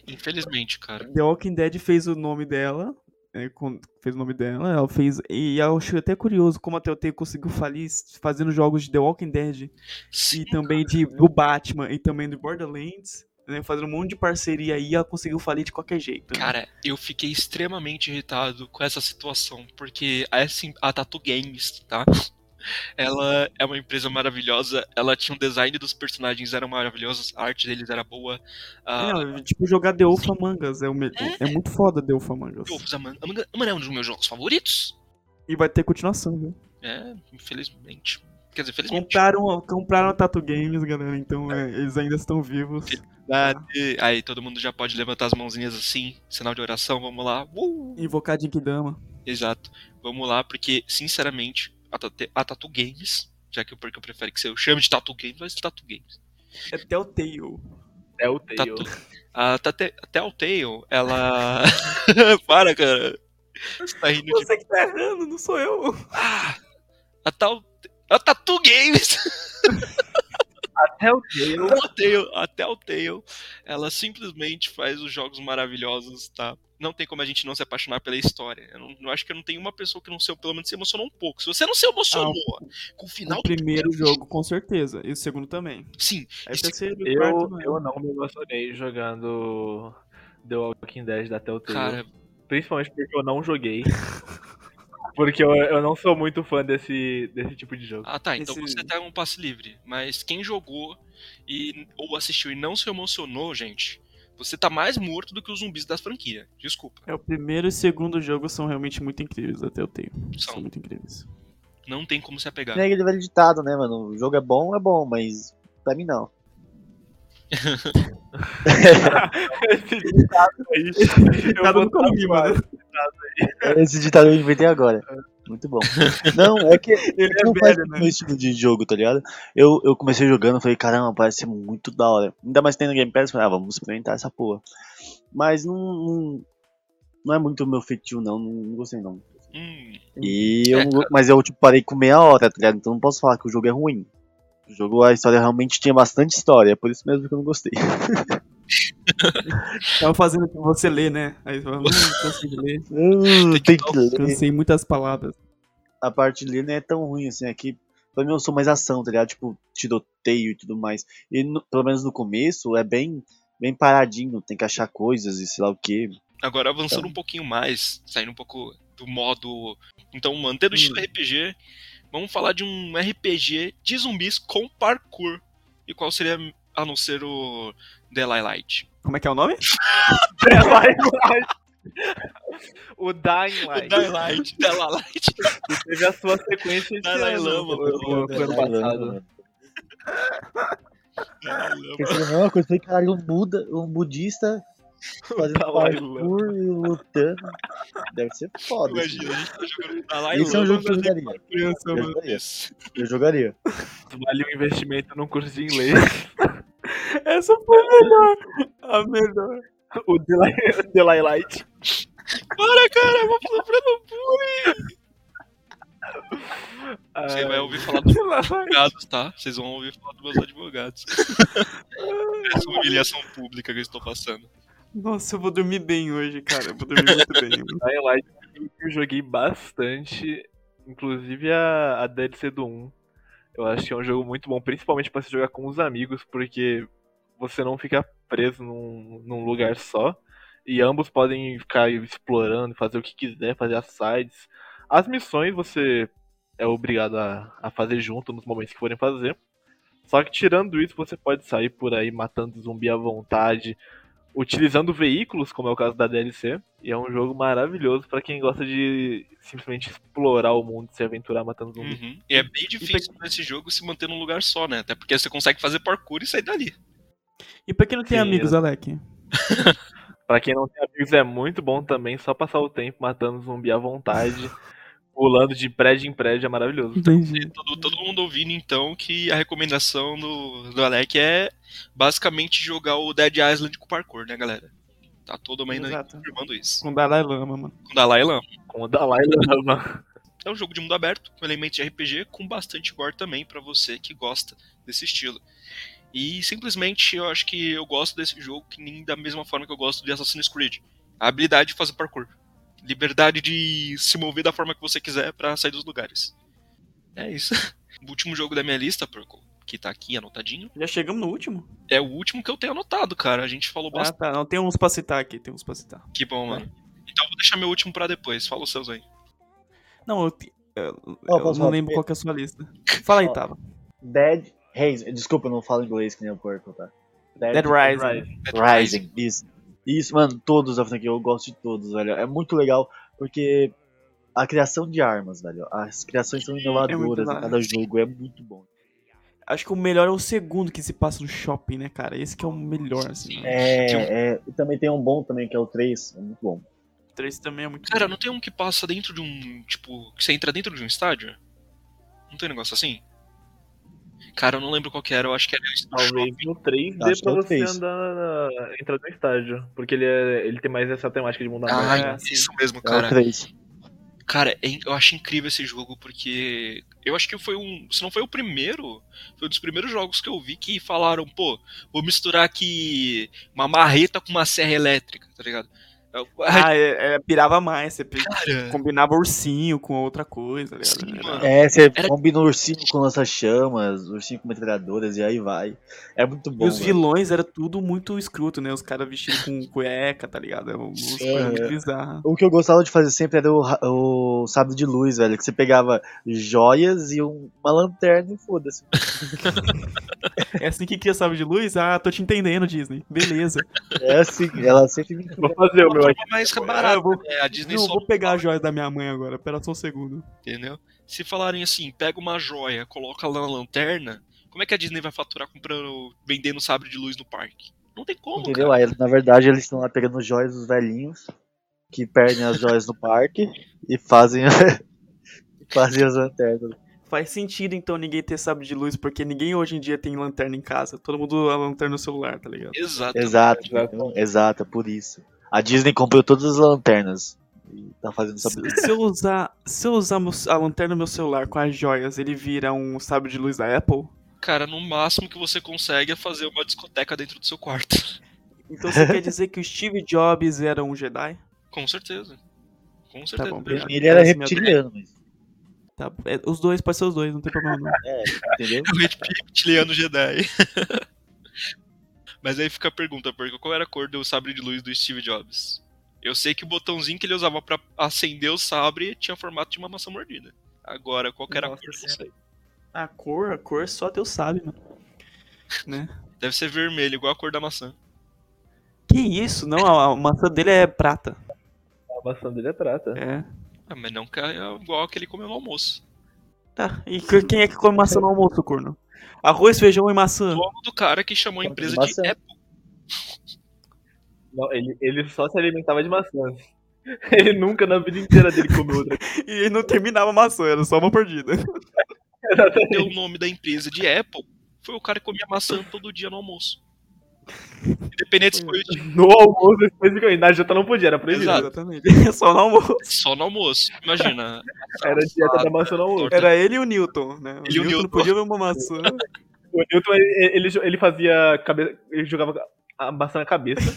Infelizmente, cara. The Walking Dead fez o nome dela. né, com- fez o nome dela, ela fez. E eu achei até curioso como a Telltale conseguiu falir s- fazendo jogos de The Walking Dead Sim, e também de do Batman e também do Borderlands, né? Fazendo um monte de parceria aí, ela conseguiu falir de qualquer jeito. né? Cara, eu fiquei extremamente irritado com essa situação, porque a, SM a Tattoo Games, tá? Ela é uma empresa maravilhosa, ela tinha um design dos personagens, eram maravilhosos, a arte deles era boa. É, Ah, não, tipo, jogar The Wolf Among Us é, o me- é muito foda The Wolf Among eu Us. fiz a man- a manga- mano, é um dos meus jogos favoritos. E vai ter continuação, viu? É, infelizmente. Quer dizer, felizmente. Compraram, compraram a Tato Games, galera, então é, eles ainda estão vivos. Verdade. né? Aí todo mundo já pode levantar as mãozinhas assim, sinal de oração, vamos lá. Uh! Invocar Jinkidama. Exato. Vamos lá, porque, sinceramente, a, Tate- a Tattoo Games, já que o Porco prefere que eu chame de Tattoo Games, vai ser Tattoo Games. É Telltale. É o Tail. Tatu- Tá A Tate- a Telltale, ela. Para, cara. Você tá rindo de. Você que tá errando, não sou eu. Ah! A tal. A Tattoo Games! Até o Tail. A Telltale, a Telltale, ela simplesmente faz os jogos maravilhosos, tá? Não tem como a gente não se apaixonar pela história. Eu, não, eu acho que não tem uma pessoa que não se, pelo menos, se emocionou um pouco. Se você não se emocionou com o final O do primeiro jogo, com certeza. E o segundo também. Sim, Aí o Esse- terceiro e o quarto Eu, não. é. eu não me emocionei jogando The Walking Dead da Telltale. cara, Principalmente porque eu não joguei. Porque eu, eu não sou muito fã desse, desse tipo de jogo. Ah, tá. Então Esse- você tá um passe livre. Mas quem jogou e ou assistiu e não se emocionou, gente, você tá mais morto do que os zumbis da franquia. Desculpa. É, o primeiro e o segundo jogo são realmente muito incríveis, até eu tenho. São, São, muito incríveis. não tem como se apegar. É aquele velho ditado, né, mano? O jogo é bom, é bom, mas pra mim não. Esse ditado aí. Eu Cada vou um comigo, tatuar. mano. Esse ditado eu inventei agora. Muito bom. Não, é que Ele não é faz velho, né? meu estilo de jogo, tá ligado? Eu, eu comecei jogando, falei, caramba, parece ser muito da hora. Ainda mais tendo Game Pass, falei, ah, vamos experimentar essa porra. Mas não, não, não é muito o meu feitio, não, não, não gostei não. Hum, E É, eu, não- mas eu tipo, parei com meia hora, tá ligado? Então não posso falar que o jogo é ruim. O jogo, a história realmente tinha bastante história, é por isso mesmo que eu não gostei. Tava fazendo pra você ler, né? Aí você fala, não consigo ler. Hum, tem que ler. Cansei muitas palavras. A parte ali não é tão ruim assim, aqui. Pra mim eu sou mais ação, tá ligado? Tipo, tiroteio e tudo mais. E no- pelo menos no começo é bem, bem paradinho, tem que achar coisas e sei lá o que. Agora Tá. avançando um pouquinho mais, saindo um pouco do modo. Então, mantendo o Hum. estilo RPG, vamos falar de um RPG de zumbis com parkour. E qual seria a não ser o The Light? Como é que é o nome? É Light. o Dying Light. Light, The Light. que teve a sua sequência de Dalai Lama, ano, ano passado. assim, é Não, eu falei, caralho, um, Buda, um budista fazendo Dalai parkour e lutando. Deve ser foda. assim. Imagina, a gente tá jogando Dalai Esse é um Lama. jogo que eu jogaria. Criança, Eu mano. jogaria. é Isso. Eu jogaria. Vale o investimento num curso de inglês. Essa foi a melhor. A melhor. o Delay, Delay Light. Para, cara, eu vou falar pra Ah, Você vai ouvir falar dos Sei lá, vai. advogados, tá? Vocês vão ouvir falar dos meus advogados. Essa humilhação pública que eu estou passando. Nossa, eu vou dormir bem hoje, cara. Eu vou dormir muito bem. Dying Light é um jogo que eu joguei bastante. Inclusive a, a DLC do 1. Eu acho que é um jogo muito bom, principalmente pra se jogar com os amigos, porque você não fica preso num, num lugar só. E ambos podem ficar explorando, fazer o que quiser, fazer as sides. As missões você é obrigado a, a fazer junto nos momentos que forem fazer. Só que tirando isso, você pode sair por aí matando zumbi à vontade, utilizando veículos, como é o caso da DLC. E é um jogo maravilhoso pra quem gosta de simplesmente explorar o mundo, se aventurar matando zumbi. Uhum. E é bem difícil nesse jogo se manter num lugar só, né? Até porque você consegue fazer parkour e sair dali. E pra quem não tem Sim, amigos, Alec? Pra quem não tem amigos, é muito bom também só passar o tempo matando zumbi à vontade, pulando de prédio em prédio, é maravilhoso. Entendi. Todo, todo mundo ouvindo, então, que a recomendação do, do Alec é basicamente jogar o Dead Island com parkour, né, galera? Tá todo mundo aí Exato. confirmando isso. Com Dalai Lama, mano. Com Dalai Lama. Com o Dalai Lama. É um jogo de mundo aberto, com elementos de RPG, com bastante gore também pra você que gosta desse estilo. E simplesmente eu acho que eu gosto desse jogo que nem da mesma forma que eu gosto de Assassin's Creed. A habilidade de fazer parkour. Liberdade de se mover da forma que você quiser pra sair dos lugares. É isso. O último jogo da minha lista, Porco, que tá aqui anotadinho, Já chegamos no último? é o último que eu tenho anotado, cara. A gente falou Ah, bastante. tá. Não, tem uns pra citar aqui. Tem uns pra citar. Que bom, mano. Então eu vou deixar meu último pra depois. Fala os seus aí. Não, eu, te- eu- Ó, eu posso não lembro falar primeiro? qual que é a sua lista. Fala aí, Ó, Tava. Dead Rising. Desculpa, eu não falo inglês que nem o porco, tá? Dead Rising. Rising. Isso. Isso, mano, todos da franquia, eu gosto de todos, velho. É muito legal, porque a criação de armas, velho. As criações É são inovadoras legal. em cada jogo, é muito bom. Acho que o melhor é o segundo que se passa no shopping, né, cara? Esse que é o melhor, assim. né? Tem um- É, é, e também tem um bom também, que é o 3, é muito bom. O 3 também é muito Cara, bom. não tem um que passa dentro de um. Tipo, que você entra dentro de um estádio? Não tem um negócio assim? Cara, eu não lembro qual que era, eu acho que era esse do shopping. Talvez no 3 Acho dê que pra é o você três. andar na- entrar no estádio. Porque ele, é- ele tem mais essa temática de mundo aberto. Ah, é, é isso mesmo, É o cara. 3. Cara, é in- eu acho incrível esse jogo, porque. Eu acho que foi um. Se não foi o primeiro, foi um dos primeiros jogos que eu vi que falaram, pô, vou misturar aqui uma marreta com uma serra elétrica, tá ligado? Eu- Ah, é, é, pirava mais. Você pi- cara, combinava ursinho com outra coisa, tá ligado? É. sim, Era- mano. É, você Era- combina o ursinho com lança-chamas, o ursinho com metralhadoras, e aí vai. É muito E bom. os velho. vilões era tudo muito escroto, né? Os caras vestidos com cueca, tá ligado? Era um- Umas É. coisas muito bizarras. O que eu gostava de fazer sempre era o, ra- o sábio de luz, velho. Que você pegava joias e um- uma lanterna e foda-se. É assim que cria sabe de luz? Ah, tô te entendendo, Disney. Beleza. É assim, ela sempre me Vou fazer o meu aqui. É mais Ah, barato, eu vou, né? A Disney não, eu só vou pegar a joia da minha mãe agora. Pera só um segundo. Entendeu? Se falarem assim, pega uma joia, coloca lá na lanterna, como é que a Disney vai faturar comprando, vendendo sabre de luz no parque? Não tem como, Entendeu? cara. Aí, na verdade, eles estão lá pegando joias dos velhinhos, que perdem as joias no parque e fazem, e fazem as lanternas. Faz sentido, então, ninguém ter sabre de luz, porque ninguém hoje em dia tem lanterna em casa. Todo mundo a lanterna no celular, tá ligado? Exato. Exato, entendeu? exato, é por isso. A Disney comprou todas as lanternas e tá fazendo Se, sabre se eu usar, se eu usar meu- a lanterna no meu celular com as joias, ele vira um sabre de luz da Apple? Cara, no máximo que você consegue é fazer uma discoteca dentro do seu quarto. Então você quer dizer que o Steve Jobs era um Jedi? Com certeza. Com Tá certeza. bom, Beijo. obrigado. Ele era Essa é minha- reptiliano, mas. Tá, é, os dois, pode ser os dois, não tem problema não. É, entendeu? É o reptiliano Jedi. Mas aí fica a pergunta, porque qual era a cor do sabre de luz do Steve Jobs? Eu sei que o botãozinho que ele usava pra acender o sabre tinha formato de uma maçã mordida. Agora, qual que era a Nossa cor? Não Senhora. sei. A cor, a cor só Deus sabe, mano. Deve ser vermelho, igual a cor da maçã. Que isso? Não, a, a maçã dele é prata. A maçã dele é prata. É. Ah, mas não que é igual a que ele comeu no almoço. Tá, e que- quem é que come maçã no almoço, corno? Arroz, feijão e maçã. Logo do cara que chamou a empresa Maçã. Hum. de Apple. Não, ele, ele só se alimentava de maçãs. Ele nunca na vida inteira dele comeu outra coisa. E ele não terminava a maçã, era só uma mordida. Deu o nome da empresa de Apple. Foi o cara que comia maçã todo dia no almoço. Independente se foi o Steve No almoço especificamente. Na janta não podia, era proibido. Exato. Exatamente. Só no almoço. só no almoço. Imagina. Era dieta da maçã no almoço. Era ele e o Newton, né? O Ele e o Newton não Newton. podia ver uma maçã. O Newton, ele, ele, ele fazia cabeça. Ele jogava a maçã na cabeça.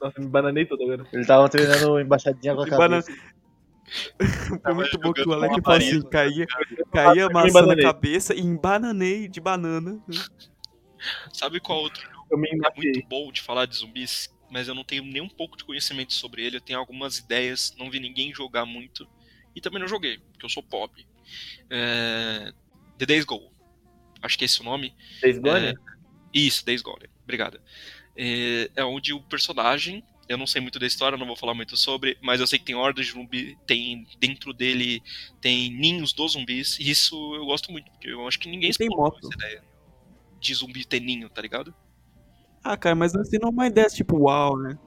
Nossa, me bananei todo agora. Ele tava treinando embaixadinha com a E banana- cabeça. Foi muito bom que o jogando Alec uma falou assim: vareta. caía, caía a maçã na embananei. cabeça e embananei de banana. Sabe qual outro Eu me é muito enganei. bom de falar de zumbis, mas eu não tenho nem um pouco de conhecimento sobre ele. Eu tenho algumas ideias, não vi ninguém jogar muito. E também não joguei, porque eu sou pobre. É... The Days Go. Acho que é esse o nome. Fez gole? É, Isso, Days Gone. Obrigado. É, é onde o personagem, eu não sei muito da história, não vou falar muito sobre, mas eu sei que tem hordas de zumbi, tem dentro dele tem ninhos dos zumbis, e isso eu gosto muito, porque eu acho que ninguém E tem explorou moto. essa ideia de zumbi ter ninho, tá ligado? Ah, cara, mas assim não é uma ideia tipo uau, né?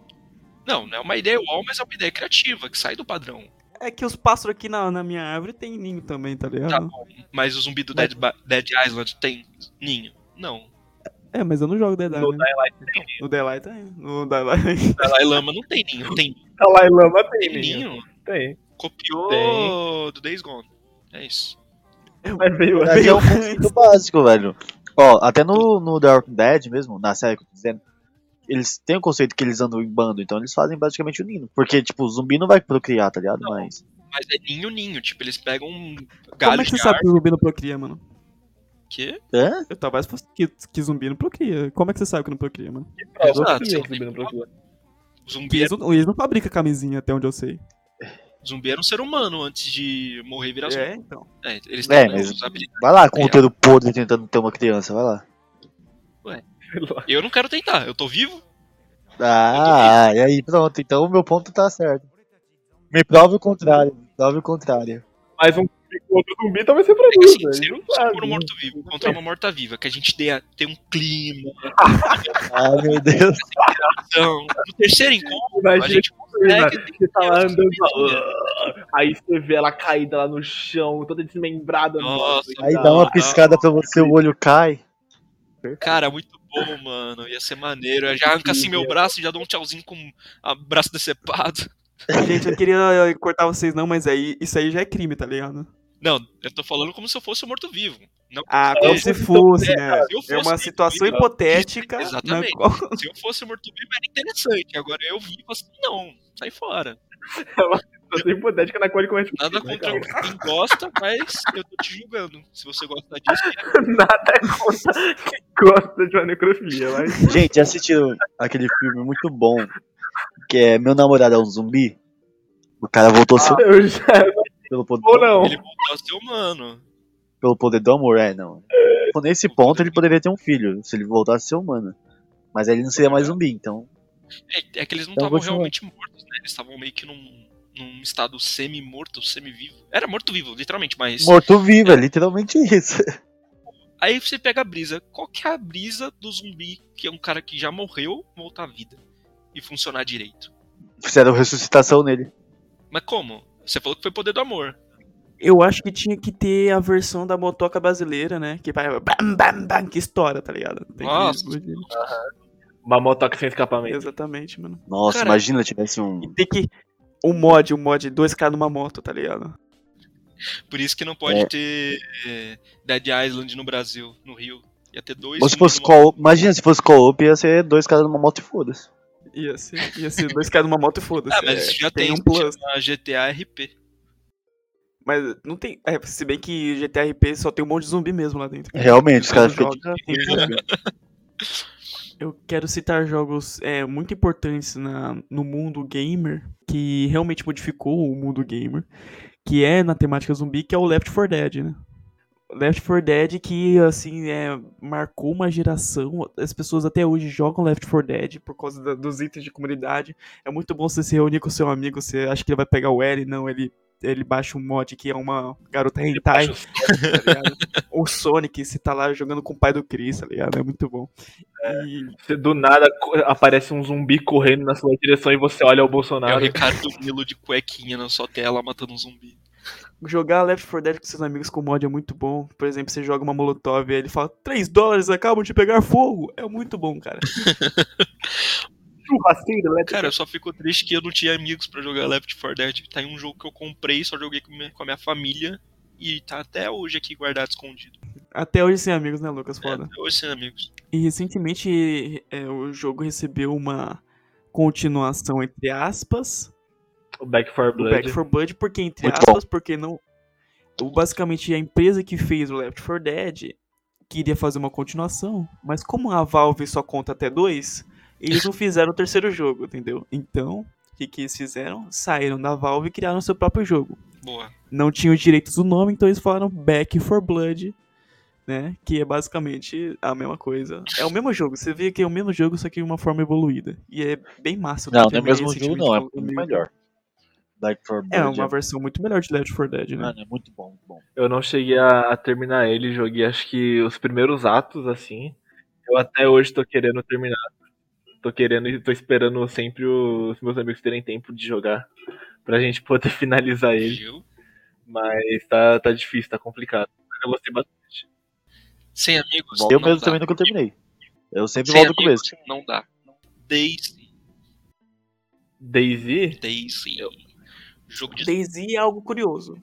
Não, não é uma ideia uau, mas é uma ideia criativa, que sai do padrão. É que os pássaros aqui na, na minha árvore tem ninho também, tá ligado? Tá bom, mas o zumbi do Dead, Ba- Dead Island tem ninho? Não. É, mas eu não jogo Dead No Island. No Daylight tá aí. No Daylight. Dalai Lama não tem ninho, tem Dalai Lama tem, ninho. ninho. Tem. Copiou do Days Gone. É isso. Mas veio Mas Veio é um conceito básico, velho. Ó, até no, no The Walking Dead mesmo, na série que eu tô dizendo, eles têm o conceito que eles andam em bando, então eles fazem basicamente o ninho. Porque, tipo, o zumbi não vai procriar, tá ligado? Não. Mas. Mas é ninho, ninho. Tipo, eles pegam um Como galho é que de você sabe árvore. que o zumbi não procria, mano? Que... Hã? Eu talvez fosse que, que zumbi não procria. Como é que você sabe que não procria, mano? Exato. O Porque Zumbi, eles era, não, eles não fabricam camisinha, até onde eu sei. o zumbi era um ser humano antes de morrer e virar zumbi. então. É, eles É, têm mas- essas habilidades. Vai lá com o dedo podre tentando ter uma criança, vai lá. Eu não quero tentar, eu tô vivo. Ah, e aí, pronto. Então o meu ponto tá certo. Me prove o contrário, me prove o contrário. Mas um outro zumbi talvez você É que assim, produza. se não eu se eu for sabe. um morto-vivo contra uma morta-viva, que a gente dê, a- tem um clima. Ah, meu Deus. Então, no terceiro encontro, a Imagina gente consegue. tem Você tá lá Deus, andando, Deus, ó, aí você vê ela caída lá no chão, toda desmembrada. Nossa, Aí dá uma piscada pra você, o olho cai. que- um Cara, muito bom, mano. Ia ser maneiro. Eu já arranca assim meu braço e já dou um tchauzinho com o braço decepado. Gente, eu não queria eh, cortar vocês não, mas aí isso aí já é crime, tá ligado? Não, eu tô falando como se eu fosse um morto-vivo. Não, Ah, É, como se então, fosse, é, né? se eu fosse É uma vivo, situação então, hipotética. Exatamente. na qual- Se eu fosse morto-vivo era interessante. Agora eu vivo assim, não. Sai fora. Você hipotética na qual ele começa. né, Nada contra quem gosta, mas eu tô te julgando. Se você gosta disso, Nada contra quem gosta de uma necrofilia, mas. Gente, já assistiram aquele filme muito bom que é Meu Namorado é um Zumbi? O cara voltou a ser Eu já. pelo poder, Ou não. ele voltou a é ser humano. pelo poder do amor, é, não. Tipo, Nesse ponto ele poderia ter um filho, se ele voltasse a ser humano. Mas aí ele não seria mais zumbi, então. É, é que eles não Então estavam vou te realmente mortos, né? Eles estavam meio que num, num estado semi-morto, semi-vivo. Era morto-vivo, literalmente, mas. Morto-vivo, é literalmente isso. Aí você pega a brisa. Qual que é a brisa do zumbi, que é um cara que já morreu, voltar à vida e funcionar direito? Fizeram ressuscitação nele. Mas como? Você falou que foi poder do amor. Eu acho que tinha que ter a versão da motoca brasileira, né? Que vai bam, bam, bam, que estoura, tá ligado? Tem que- Nossa. Uma motoca sem escapamento. Exatamente, mano. Nossa, Cara, imagina tivesse E um. tem que. Um mod, um mod, dois caras numa moto, tá ligado? Por isso que não pode ter é, Dead Island no Brasil, no Rio. Ia ter dois. Ou se um fosse numa- co imagina se fosse co-op, ia ser dois caras numa moto e foda-se. Ia ser, ia ser dois caras numa moto e foda-se. Ah, mas É, já tem tem, um plus. na GTA RP. Mas não tem. É, se bem que GTRP só tem um monte de zumbi mesmo lá dentro. Realmente, os caras ficam. tipo, Joga, tem zumbi. Eu quero citar jogos é, muito importantes na, no mundo gamer, que realmente modificou o mundo gamer, que é na temática zumbi, que é o Left 4 Dead, né? Left 4 Dead que, assim, é, marcou uma geração, as pessoas até hoje jogam Left 4 Dead por causa da- dos itens de comunidade. É muito bom você se reunir com seu amigo, você acha que ele vai pegar o L, não, ele, ele baixa um mod que é uma garota hentai tá ligado? o Sonic, você tá lá jogando com o pai do Chris, tá ligado? É muito bom. E Você do nada co- aparece um zumbi correndo na sua direção e você olha o É o Bolsonaro. Ricardo Milo de cuequinha na sua tela matando um zumbi. jogar Left 4 Dead com seus amigos com mod é muito bom. Por exemplo, você joga uma Molotov e ele fala 3 dólares acabam de pegar fogo. É muito bom, cara. Churrasqueiro, né? Cara, eu só fico triste que eu não tinha amigos pra jogar Left 4 Dead. Tá em um jogo que eu comprei, só joguei com minha, com a minha família. E tá até hoje aqui guardado escondido. Até hoje sem amigos, né, Lucas? É, Foda. até hoje sem amigos. E recentemente é, o jogo recebeu uma continuação, entre aspas, O Back 4 do Blood. Back 4 Blood, porque, entre Muito aspas, porque não. o- Basicamente, a empresa que fez o Left 4 Dead queria fazer uma continuação, mas como a Valve só conta até dois, eles não fizeram o terceiro jogo, entendeu? Então, o que, que eles fizeram? Saíram da Valve e criaram seu próprio jogo. Boa. Não tinham os direitos do nome, então eles falaram Back 4 Blood, né? Que é basicamente a mesma coisa. É o mesmo jogo, você vê que é o mesmo jogo, só que de uma forma evoluída. E é bem massa. eu Não, não é o terminei mesmo jogo, não, recentemente é muito com um amigo. melhor. Black for É Blood uma versão muito melhor de Left 4 Dead, né? Mano, é muito bom, muito bom. Eu não cheguei a a terminar ele, joguei acho que os primeiros atos, assim. Eu até hoje tô querendo terminar. Tô querendo e tô esperando sempre os meus amigos terem tempo de jogar. Pra gente poder finalizar ele. Viu? Mas tá, tá difícil, tá complicado. Mas Eu gostei bastante. Sem amigos. eu não mesmo dá. também nunca terminei. Eu sempre Sem volto do amigos, começo. Não dá. Daisy. Daisy? Daisy. Jogo de Daisy é algo curioso.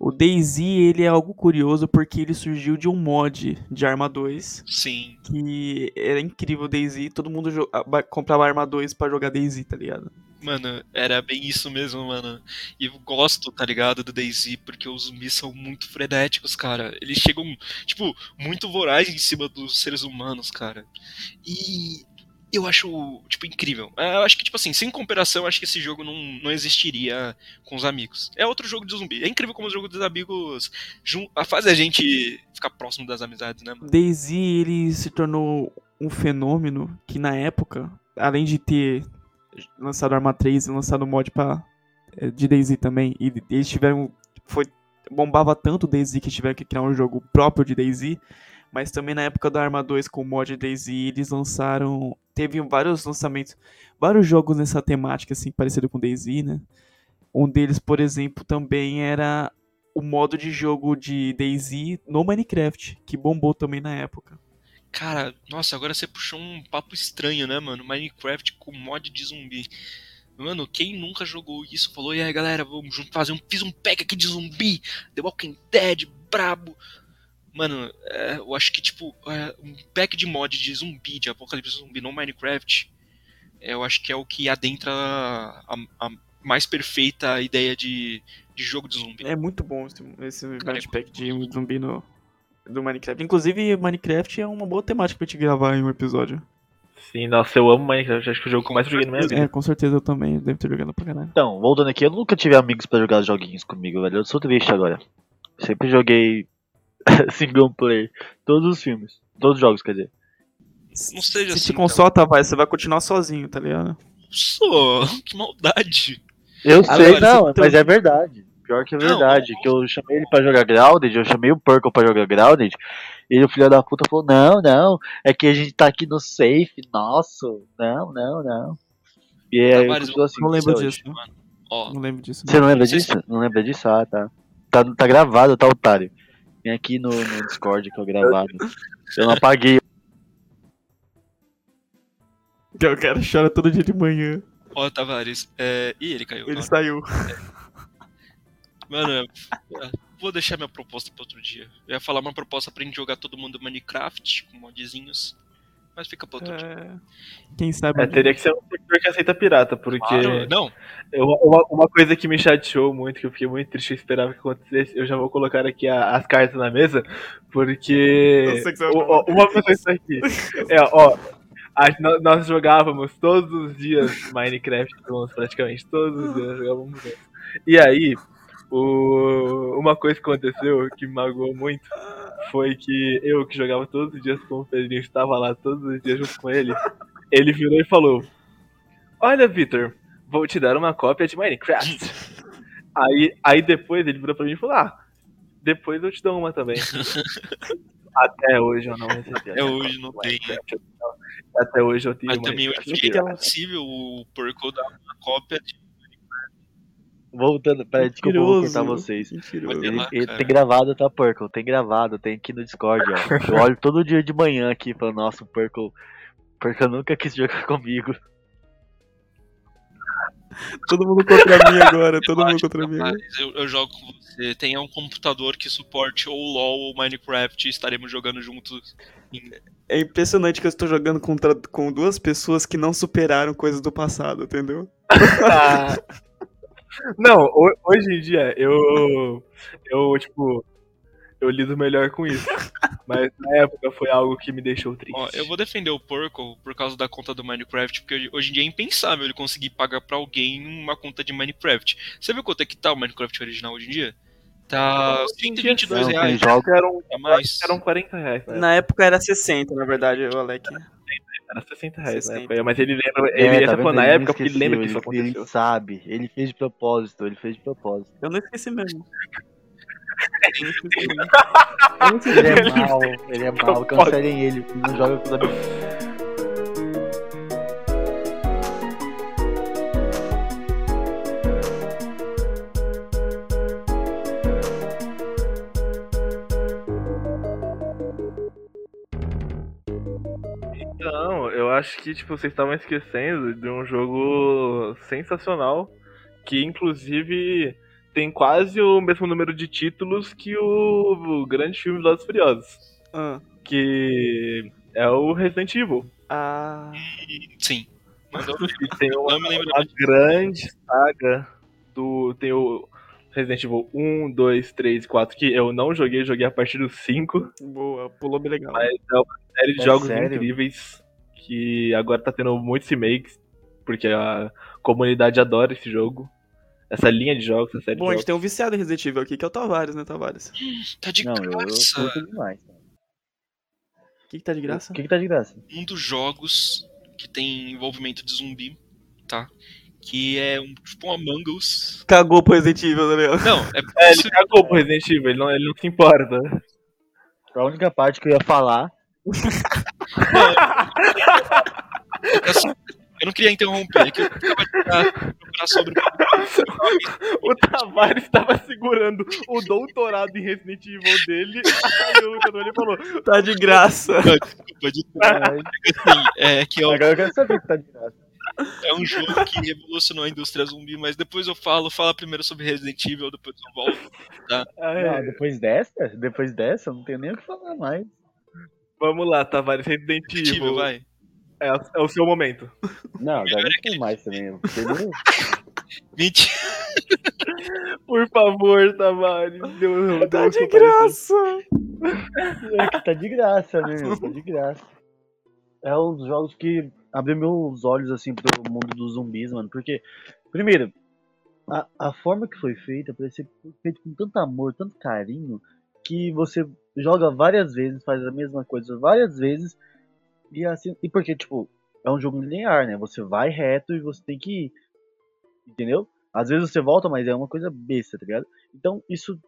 O Daisy, ele é algo curioso porque ele surgiu de um mod de Arma 2, Sim. que era incrível o Daisy, todo mundo jo- ah, ba- comprava Arma 2 pra jogar Daisy, tá ligado? Mano, era bem isso mesmo, mano. E eu gosto, tá ligado, do Daisy, porque os zumbis são muito frenéticos, cara. Eles chegam, tipo, muito vorazes em cima dos seres humanos, cara. E eu acho, tipo, incrível. É, Eu acho que, tipo assim, sem comparação, eu acho que esse jogo não, não existiria com os amigos. É outro jogo de zumbi. É incrível como o jogo dos amigos jun- a- faz a gente ficar próximo das amizades, né, mano? Daisy, ele se tornou um fenômeno que na época, além de ter lançado Arma 3 e lançado o mod pra, eh, de Daisy também, e eles tiveram. Foi, bombava tanto o Daisy que tiveram que criar um jogo próprio de Daisy, mas também na época da Arma 2 com o mod de Daisy, eles lançaram. Teve vários lançamentos, vários jogos nessa temática, assim, parecido com Daisy, né? Um deles, por exemplo, também era o modo de jogo de Daisy no Minecraft, que bombou também na época. Cara, nossa, agora você puxou um papo estranho, né, mano? Minecraft com mod de zumbi. Mano, quem nunca jogou isso falou, e aí galera, vamos junto fazer um. Fiz um pack aqui de zumbi, The Walking Dead, brabo. Mano, é, eu acho que, tipo, é, um pack de mod de zumbi, de apocalipse zumbi no Minecraft, é, eu acho que é o que adentra a, a mais perfeita ideia de, de jogo de zumbi. É muito bom esse, esse Cara, é pack de zumbi no, do Minecraft. Inclusive, Minecraft é uma boa temática pra te gravar em um episódio. Sim, nossa, eu amo Minecraft. Acho que o jogo que eu mais joguei na minha vida. É, com certeza eu também devo ter jogado pra caralho. Então, voltando aqui, eu nunca tive amigos pra jogar joguinhos comigo, velho. Eu sou triste agora. Sempre joguei single player. Todos os filmes. Todos os jogos, quer dizer. Não seja Se assim, te cara. consola, tá, vai, você vai continuar sozinho, tá ligado? Só, que maldade. Eu Agora, sei, você não, tem- mas é verdade. Pior que é Não, verdade. não. Que eu chamei ele pra jogar Grounded, eu chamei o Perkle pra jogar Grounded. E o filho da puta falou: Não, não, é que a gente tá aqui no safe, nosso. Não, não, não. E é, eu Tavares, continuo assim. Não lembro até hoje. disso. né? Ó, Não lembro disso. né? Você não lembra Vocês- disso? Não lembra disso? Ah, tá. Tá, tá gravado, tá, otário. Vem aqui no, no Discord que eu gravado. Eu não apaguei. Que O cara chora todo dia de manhã. ó, Tavares. É... Ih, ele caiu. Ele ó. saiu. Mano, eu- eu vou deixar minha proposta pra outro dia. Eu ia falar uma proposta pra gente jogar todo mundo Minecraft com modzinhos. Mas fica pra outro dia. É, Quem sabe. É, teria que ser um servidor que aceita pirata, porque É, Claro, Não, eu- uma, uma coisa que me chateou muito, que eu fiquei muito triste, eu esperava que acontecesse, eu já vou colocar aqui a- as cartas na mesa, porque sei que você vai Ó, ó, uma pessoa está aqui. É, ó, a- nó- nós jogávamos todos os dias Minecraft juntos, praticamente todos os dias jogávamos juntos. E aí, o- uma coisa que aconteceu que me magoou muito foi que eu, que jogava todos os dias com o Pedrinho, estava lá todos os dias junto com ele, ele virou e falou: Olha, Vitor, vou te dar uma cópia de Minecraft. Aí, aí depois ele virou pra mim e falou: Ah, depois eu te dou uma também. Até hoje eu não recebi. até hoje não tem. Até hoje eu tenho Mas também eu Minecraft. é fiquei possível o Porco dar uma cópia de Voltando, peraí, desculpa, eu vou cortar Mentiroso. vocês. Mentiroso. Olha Ele- lá, ele cara. tem gravado, tá, Purple? Tem gravado, tem aqui no Discord, ó. Eu olho todo dia de manhã aqui e falo, nossa, o Purple. Purple nunca quis jogar comigo. Todo mundo contra mim agora, todo mundo contra mim. né? Mas eu, eu jogo com você. Tenha um computador que suporte ou LOL ou Minecraft e estaremos jogando juntos. É impressionante que eu estou jogando contra, com duas pessoas que não superaram coisas do passado, entendeu? Ah. Não, ho- hoje em dia eu. Eu, tipo. Eu lido melhor com isso. Mas na época foi algo que me deixou triste. Ó, eu vou defender o Porco por causa da conta do Minecraft, porque hoje- hoje em dia é impensável ele conseguir pagar pra alguém uma conta de Minecraft. Você viu quanto é que tá o Minecraft original hoje em dia? Tá Hoje em dia, 122 não, reais, joga Eram, a mais. eram 40 reais, né? Na época era 60, na verdade, o Alec. Era 60 reais na 60. época. Mas ele lembra. Ele É, ia tá tá vendo? falando na Ele época porque ele esqueceu, lembra que isso ele, aconteceu. ele sabe, ele fez de propósito, ele fez de propósito. Eu não esqueci mesmo. Ele é mal, ele é mal, propósito. cancelem ele, não joga com os amigos. Não, eu acho que tipo, vocês estavam esquecendo de um jogo sensacional que inclusive tem quase o mesmo número de títulos que o, o grande filme Velozes e Furiosos, Ah, que é o Resident Evil. ah, Sim. Mandou E tem uma, Não me lembro uma grande saga do tem o Resident Evil 1, 2, 3, 4 que eu não joguei, joguei a partir do 5. boa, pulou bem legal. Mas é uma série de É jogos sério? incríveis que agora tá tendo muitos remakes, porque a comunidade adora esse jogo. Essa linha de jogos, essa série Bom, a de gente jogos. tem um viciado em Resident Evil aqui, que é o Tavares, né, Tavares? O Tá de Não, eu, eu graça. curto demais. que, que tá de graça? O que que tá de graça? um dos jogos que tem envolvimento de zumbi, tá? Que é um tipo um Among Us. Cagou pro Resident Evil, né, Daniel. Não, é É, ele cagou pro Resident Evil, ele não, ele não se importa. A única parte que eu ia falar, assim, eu não queria interromper, é que eu tava tentando procurar sobre O Tavares tava segurando o doutorado em Resident Evil dele, aí o Lucas olhou e falou: Tá de graça. desculpa de mas assim, é que é um, é, agora eu quero saber o que tá de graça. é um jogo que revolucionou a indústria zumbi, mas depois eu falo, fala primeiro sobre Resident Evil, depois eu volto. "Ah, Não, é. depois dessa, depois dessa, eu não tenho nem o que falar mais. Vamos lá, Tavares, Resident Resident Evil, Evil. vai. É, é o seu momento. é Não, agora eu não tenho mais também. Entendeu? Mentira. Por favor, Tavares. Deus, Tá Deus, de que eu pareço. graça. É que tá de graça, né, meu? Tá de graça. É um dos jogos que abriu meus olhos, assim, pro mundo dos zumbis, mano. Porque, primeiro, a, a forma que foi feita parece que foi feita com tanto amor, tanto carinho, que você joga várias vezes, faz a mesma coisa várias vezes. E assim, e porque, tipo, é um jogo linear, né? Você vai reto e você tem que ir. Entendeu? Às vezes você volta, mas é uma coisa besta, tá ligado? Então, isso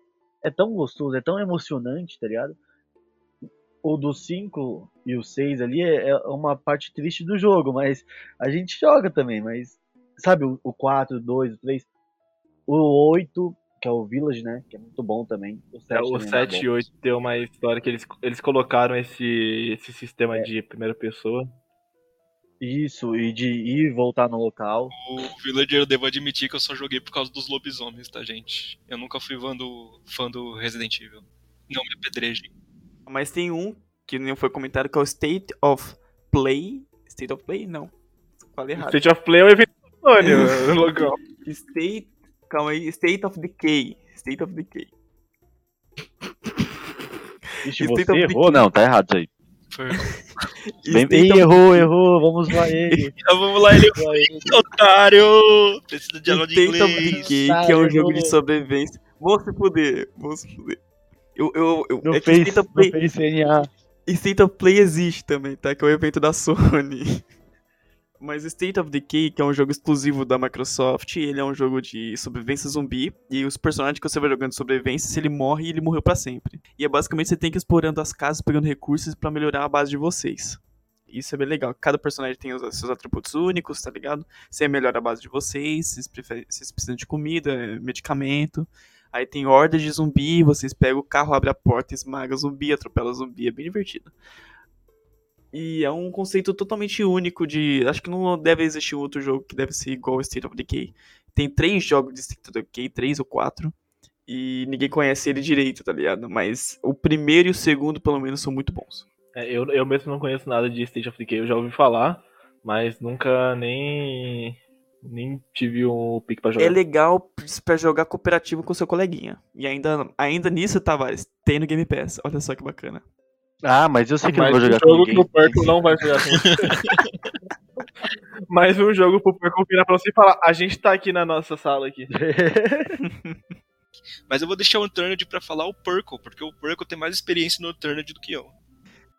é tão gostoso, é tão emocionante, tá ligado? o do 5 e o 6 ali é, é uma parte triste do jogo, mas a gente joga também, mas sabe o, o 4, o 2, o 3, o 8, que é o Village, né, que é muito bom também. O 7, É, o 7 e 8 tem uma história que eles, eles colocaram esse, esse sistema de primeira pessoa. Isso, e de ir e voltar no local. O Villager, eu devo admitir que eu só joguei por causa dos lobisomens, tá, gente? Eu nunca fui fã do, fã do Resident Evil. Não me apedrejem. Mas tem um que não foi comentado que é o State of Play. State of Play? Não. Falei errado. State of Play é um evento Sônia, local. State. Calma aí. State of Decay. State of Decay. Ixi, E você tenta errou? Não, tá errado isso aí. Foi... Bem, State Ih, of- errou, errou, vamos lá ele. Então vamos lá, ele vamos lá ele. otário! Precisa de aula de State of inglês. Decay, Tá, que é um eu jogo vou- de sobrevivência. Vou se fuder. Vou se fuder. Eu, eu, eu, Não é que fez, State of não Play- fez CNA. E State of Play existe também, tá? Que é o evento da Sony. Mas State of Decay, que é um jogo exclusivo da Microsoft, ele é um jogo de sobrevivência zumbi. E os personagens que você vai jogando de sobrevivência, se ele morre, ele morreu pra sempre. E é basicamente você tem que ir explorando as casas, pegando recursos pra melhorar a base de vocês. Isso é bem legal. Cada personagem tem os seus atributos únicos, tá ligado? Você melhora a base de vocês, vocês, preferem- vocês precisam de comida, eh, medicamento. Aí tem hordas de zumbi, vocês pegam o carro, abrem a porta, esmaga zumbi, atropela zumbi, é bem divertido. E é um conceito totalmente único de. Acho que não deve existir um outro jogo que deve ser igual ao State of Decay. Tem três jogos de State of Decay, três ou quatro. E ninguém conhece ele direito, tá ligado? Mas o primeiro e o segundo, pelo menos, são muito bons. É, eu, eu mesmo não conheço nada de State of Decay, eu já ouvi falar, mas nunca nem. nem tive um pique pra jogar. É legal pra jogar cooperativo com seu coleguinha. E ainda, ainda nisso, Tavares, tem no Game Pass. Olha só que bacana. Ah, mas eu sei que Mais não vou um jogar com jogo que o ninguém. Perkle não vai jogar com você. Mais um jogo pro Perkle virar pra você e falar: a gente tá aqui na nossa sala aqui. Mas eu vou deixar o Unturned pra falar o Perkle, porque o Perkle tem mais experiência no Unturned do que eu.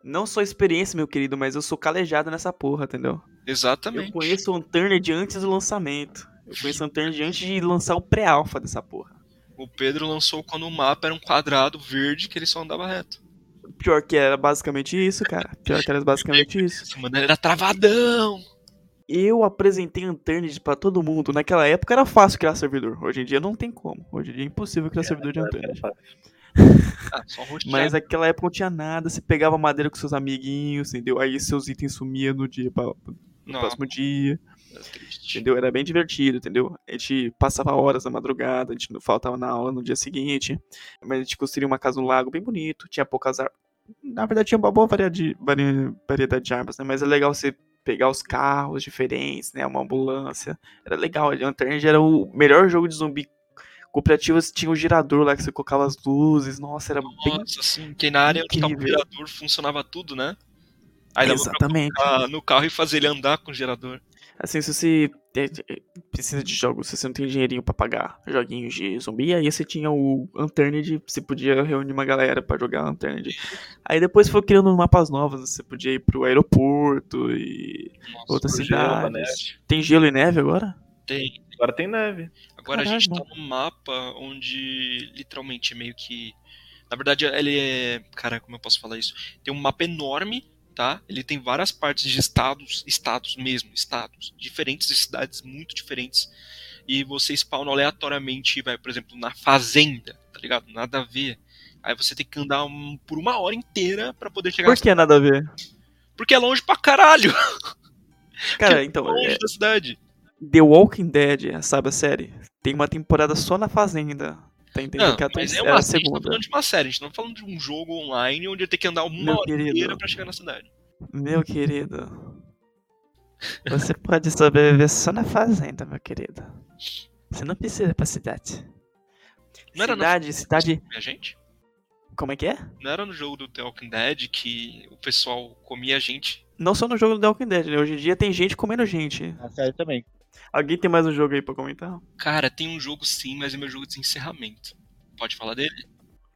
Não só experiência, meu querido, mas eu sou calejado nessa porra, entendeu? Exatamente. Eu conheço o Unturned antes do lançamento. Eu conheço o Unturned antes de lançar o pré-alpha dessa porra. O Pedro lançou quando o mapa era um quadrado verde que ele só andava reto. Pior que era basicamente isso, cara. Pior que era basicamente isso. Essa maneira era travadão! Eu apresentei Unturned pra todo mundo. Naquela época era fácil criar servidor. Hoje em dia não tem como. Hoje em dia é impossível criar servidor de Unturned. Ah, só rotear. Mas naquela época não tinha nada. Você pegava madeira com seus amiguinhos, entendeu? Aí seus itens sumiam no dia pra, pro Não, próximo dia. era triste. Entendeu? Era bem divertido, entendeu? A gente passava horas na madrugada, a gente não faltava na aula no dia seguinte. Mas a gente construía uma casa no lago bem bonito, tinha poucas armas. Na verdade, tinha uma boa variedade, vari- variedade de armas, né? Mas é legal você pegar os carros diferentes, né? Uma ambulância. Era legal. O Unturned era o melhor jogo de zumbi cooperativo. Tinha o girador lá que você colocava as luzes. Nossa, era bem. Nossa, assim, que na área onde tava o incrível. gerador funcionava tudo, né? Aí dava pra Exatamente. colocar no carro e fazer ele andar com o gerador. Assim, se você te- te- precisa de jogos, se você não tem dinheirinho pra pagar joguinhos de zumbi, aí você tinha o Unturned, você podia reunir uma galera pra jogar Unturned. Aí depois foi criando mapas novos, você podia ir pro aeroporto e... Nossa, Outra pro cidade. gelo, né? Tem gelo e neve agora? tem. Agora tem neve. Agora a Caralho, gente tá num mapa onde literalmente é meio que. Na verdade, ele é. Cara, como eu posso falar isso? Tem um mapa enorme, tá? Ele tem várias partes de estados, estados mesmo, estados, diferentes de cidades muito diferentes. E você spawna aleatoriamente, vai, por exemplo, na fazenda, tá ligado? Nada a ver. Aí você tem que andar um- por uma hora inteira pra poder chegar. Por que nada a ver? Porque é longe pra caralho! Cara, então, longe é, da cidade. The Walking Dead, sabe a série? Tem uma temporada só na fazenda. Tá entendendo? Não, que a mas tua- é era uma, a série, a gente tá segunda. falando de uma série, a gente não tá falando de um jogo online onde eu tenho que andar uma Meu hora querido. inteira pra chegar na cidade. Meu querido, você pode sobreviver só na fazenda, meu querido. Você não precisa ir pra cidade. Não era na cidade, cidade. Minha gente? Como é que é? Não era no jogo do The Walking Dead que o pessoal comia a gente? Não só no jogo do The Walking Dead, né? Hoje em dia tem gente comendo gente. A série Ah, também. Alguém tem mais um jogo aí pra comentar? Cara, tem um jogo sim, mas é meu jogo de encerramento. Pode falar dele?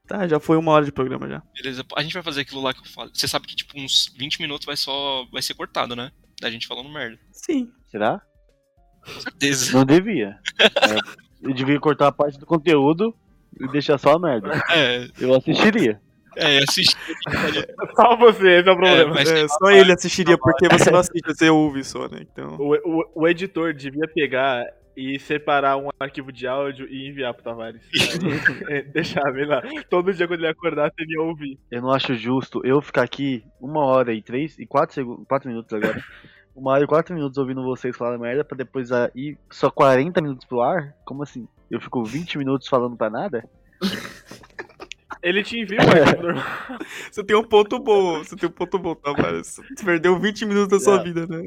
Tá, já foi uma hora de programa já. Beleza, a gente vai fazer aquilo lá que eu falo. Você sabe que tipo uns 20 minutos vai só vai ser cortado, né? Da gente falando merda. Sim. Será? Com certeza. Não devia. É, eu devia cortar a parte do conteúdo e deixar só a merda. É, Eu assistiria. é assistir. Só você, esse é o É, problema. mas É, só ele assistiria, porque você não assiste, você ouve só, né? Então. O, o- o editor devia pegar e separar um arquivo de áudio e enviar pro Tavares. É, Deixar, vem lá. Todo dia quando ele acordar, você ia ouvir. Eu não acho justo eu ficar aqui uma hora e três e quatro, segundos, quatro minutos agora uma hora e quatro minutos ouvindo vocês falar merda pra depois ah, ir só 40 minutos pro ar? Como assim? Eu fico 20 minutos falando pra nada? Ele te envia o arquivo normal. Você tem um ponto bom, você tem um ponto bom, Tavares. Você perdeu 20 minutos da sua É. vida, né?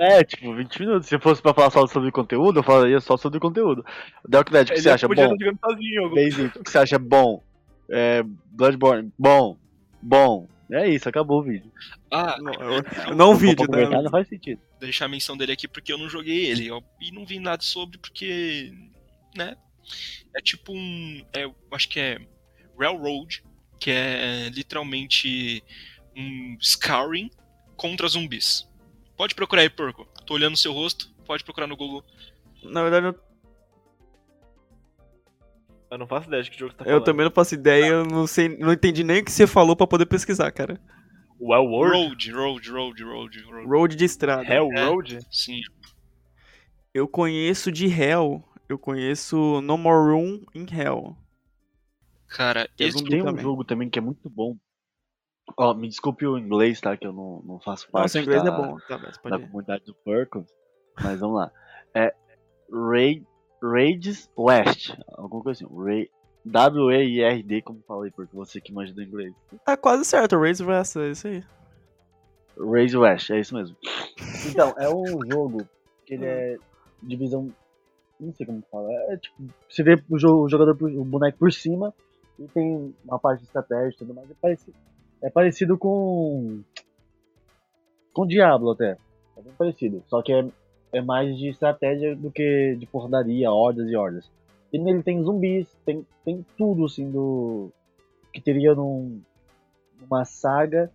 É, tipo, 20 minutos. Se fosse pra falar só sobre conteúdo, eu falaria só sobre conteúdo. Darknet, o que Ele você acha podia bom? estar jogando sozinho, Hugo. Daisy, o que você acha bom? É, Bloodborne, bom, bom. É isso, acabou o vídeo. Ah, Não, eu- não um Se for vídeo, pra né? comentar, não faz sentido. deixar a menção dele aqui porque eu não joguei ele. ó, e não vi nada sobre porque. né? É tipo um. É, eu acho que é Railroad, que é literalmente um Skyrim contra zumbis. Pode procurar aí, porco. Tô olhando o seu rosto, pode procurar no Google. Na verdade, eu, Eu não faço ideia de que jogo você tá eu falando. também não faço ideia, eu não sei, não entendi nem o que você falou pra poder pesquisar, cara. Well World? Road, road, road, road, road. Road de estrada. Hell Road? Sim. Eu conheço de Hell, eu conheço No More Room in Hell. Cara, Tem esse zumbi Tem um também. jogo também que é muito bom. Ó, me desculpe o inglês, tá? Que eu não, não faço parte. Nossa, o inglês da- é bom, tá, mas da pode ir. comunidade do Porco. Mas vamos lá. É Raid, Raids West. Alguma coisa assim. Raid- W-E-I-R-D, como falei, porque você que manja do inglês. Tá quase certo, Raise Wrestle, é isso aí. Rage West, é isso mesmo. Então, é um jogo que ele é divisão. Não sei como fala. É tipo, você vê o jo- o jogador, por- o boneco por cima e tem uma parte de estratégia e tudo mais. É parecido, é parecido com. Com Diablo até. É bem parecido. Só que é, é mais de estratégia do que de porradaria, hordas e hordas. E nele tem zumbis, tem, tem tudo assim do. que teria num, numa saga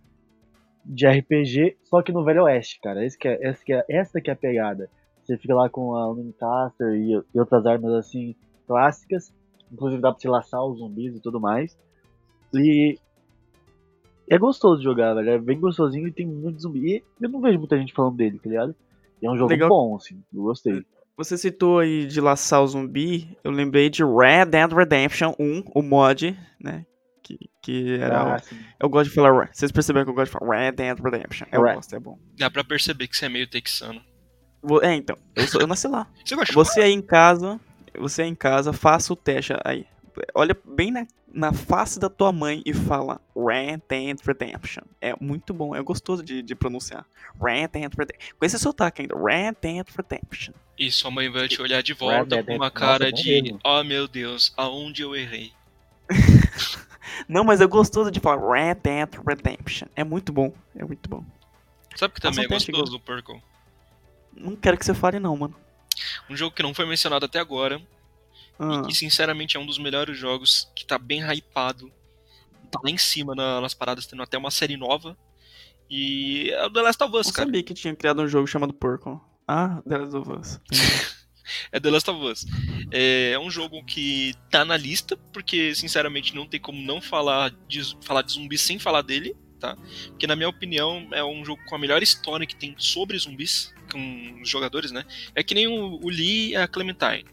de RPG, só que no Velho Oeste, cara. Esse que é, esse que é, essa que é a pegada. Você fica lá com a Lancaster e, e outras armas assim clássicas. Inclusive dá pra se laçar os zumbis e tudo mais. E é gostoso de jogar, velho. É bem gostosinho e tem muito zumbi. E eu não vejo muita gente falando dele, tá ligado? E é um jogo Legal. bom, assim. Eu gostei. Você citou aí de laçar o zumbi, eu lembrei de Red Dead Redemption 1, o mod, né? Que, que É, era. um- o- Ah, sim. Eu gosto de falar. Re- Vocês perceberam que eu gosto de falar Red Dead Redemption. Eu Red. gosto, é bom. dá pra perceber que você é meio texano. Vo- É, então. Eu, sou- eu nasci lá. Você gosta de Você aí em casa, você aí em casa, faça o teste aí. Olha bem na, na face da tua mãe e fala Red Dead Redemption. É muito bom, é gostoso de, de pronunciar. Red Dead Redemption. Com esse sotaque ainda. Red Dead Redemption. E sua mãe vai te olhar de Red volta Dead com uma Redemption. cara Nossa, é bom de, mesmo. oh meu Deus, aonde eu errei? Não, mas é gostoso de falar Red Dead Redemption. É muito bom, é muito bom. Sabe o que Faça também um é teste, gostoso do Purple? Não quero que você fale não, mano. Um jogo que não foi mencionado até agora, Ah, e que sinceramente é um dos melhores jogos, que tá bem hypado, tá lá em cima na- nas paradas, tendo até uma série nova. E é o The Last of Us, não cara. sabia que tinha criado um jogo chamado Porco. Ah, The Last of Us. É The Last of Us. É, é um jogo que tá na lista, porque sinceramente não tem como não falar de, zu- falar de zumbi sem falar dele, tá? Porque na minha opinião é um jogo com a melhor história que tem sobre zumbis, com os jogadores, né? É que nem o, o Lee e a Clementine.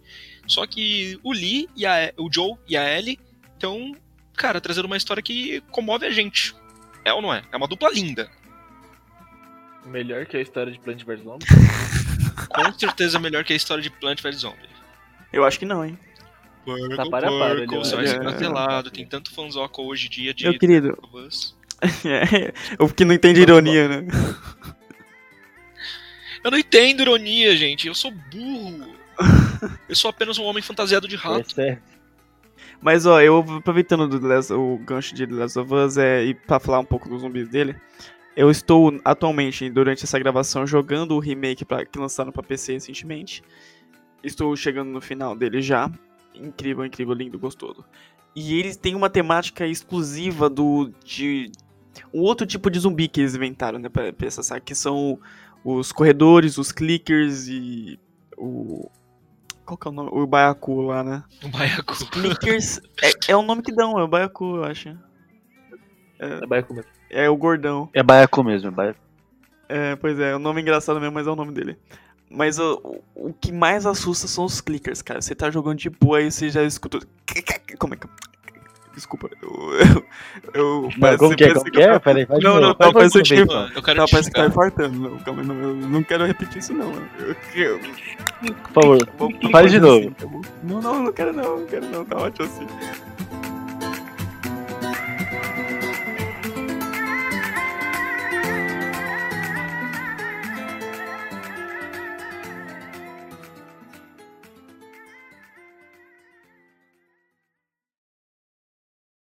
Só que o Lee e a- o Joe e a Ellie estão, cara, trazendo uma história que comove a gente. É ou não é? É uma dupla linda. Melhor que a história de Plant vs Zombie? Com certeza melhor que a história de Plant vs Zombie. Eu acho que não, hein. Porco, Tá para a para ali, porco, ó. você vai ser É. cancelado. tá Tem tanto fanzoca hoje em dia de Meu querido, Us. é, eu que não entendo ironia, né? Eu não entendo ironia, gente. Eu sou burro. Eu sou apenas um homem fantasiado de rato. Esse é- Mas ó, eu aproveitando do The Last- o gancho de The Last of Us é, e pra falar um pouco dos zumbis dele, eu estou atualmente, durante essa gravação, jogando o remake pra, que lançaram pra PC recentemente. Estou chegando no final dele já. Incrível, incrível, lindo, gostoso. E eles têm uma temática exclusiva do. de. um outro tipo de zumbi que eles inventaram, né, pra, pra essa saga, que são os corredores, os clickers e. o. Qual que é o nome? O Baiacu lá, né? O baiacu. Clickers é, é o nome que dão, é o Baiacu, eu acho. É baiacu mesmo. É o gordão. É baiacu mesmo, é baiacu. É, pois é, é um nome engraçado mesmo, mas é o nome dele. Mas o, o- o que mais assusta são os clickers, cara. Você tá jogando de boa e você já escuta. Como é que. Desculpa, eu. eu, eu Mas como que é? Como parece que é? Peraí, faz de Não, novo, não, faz um não, mais parece uma que- vez. Mano, eu quero Não, te parece que tá xingar. infartando. Não, calma, não, eu não quero repetir isso, não. Eu, eu, Por favor. Bom, Faz de assim, novo. tá bom? não, não, não quero não, não quero não, tá ótimo assim.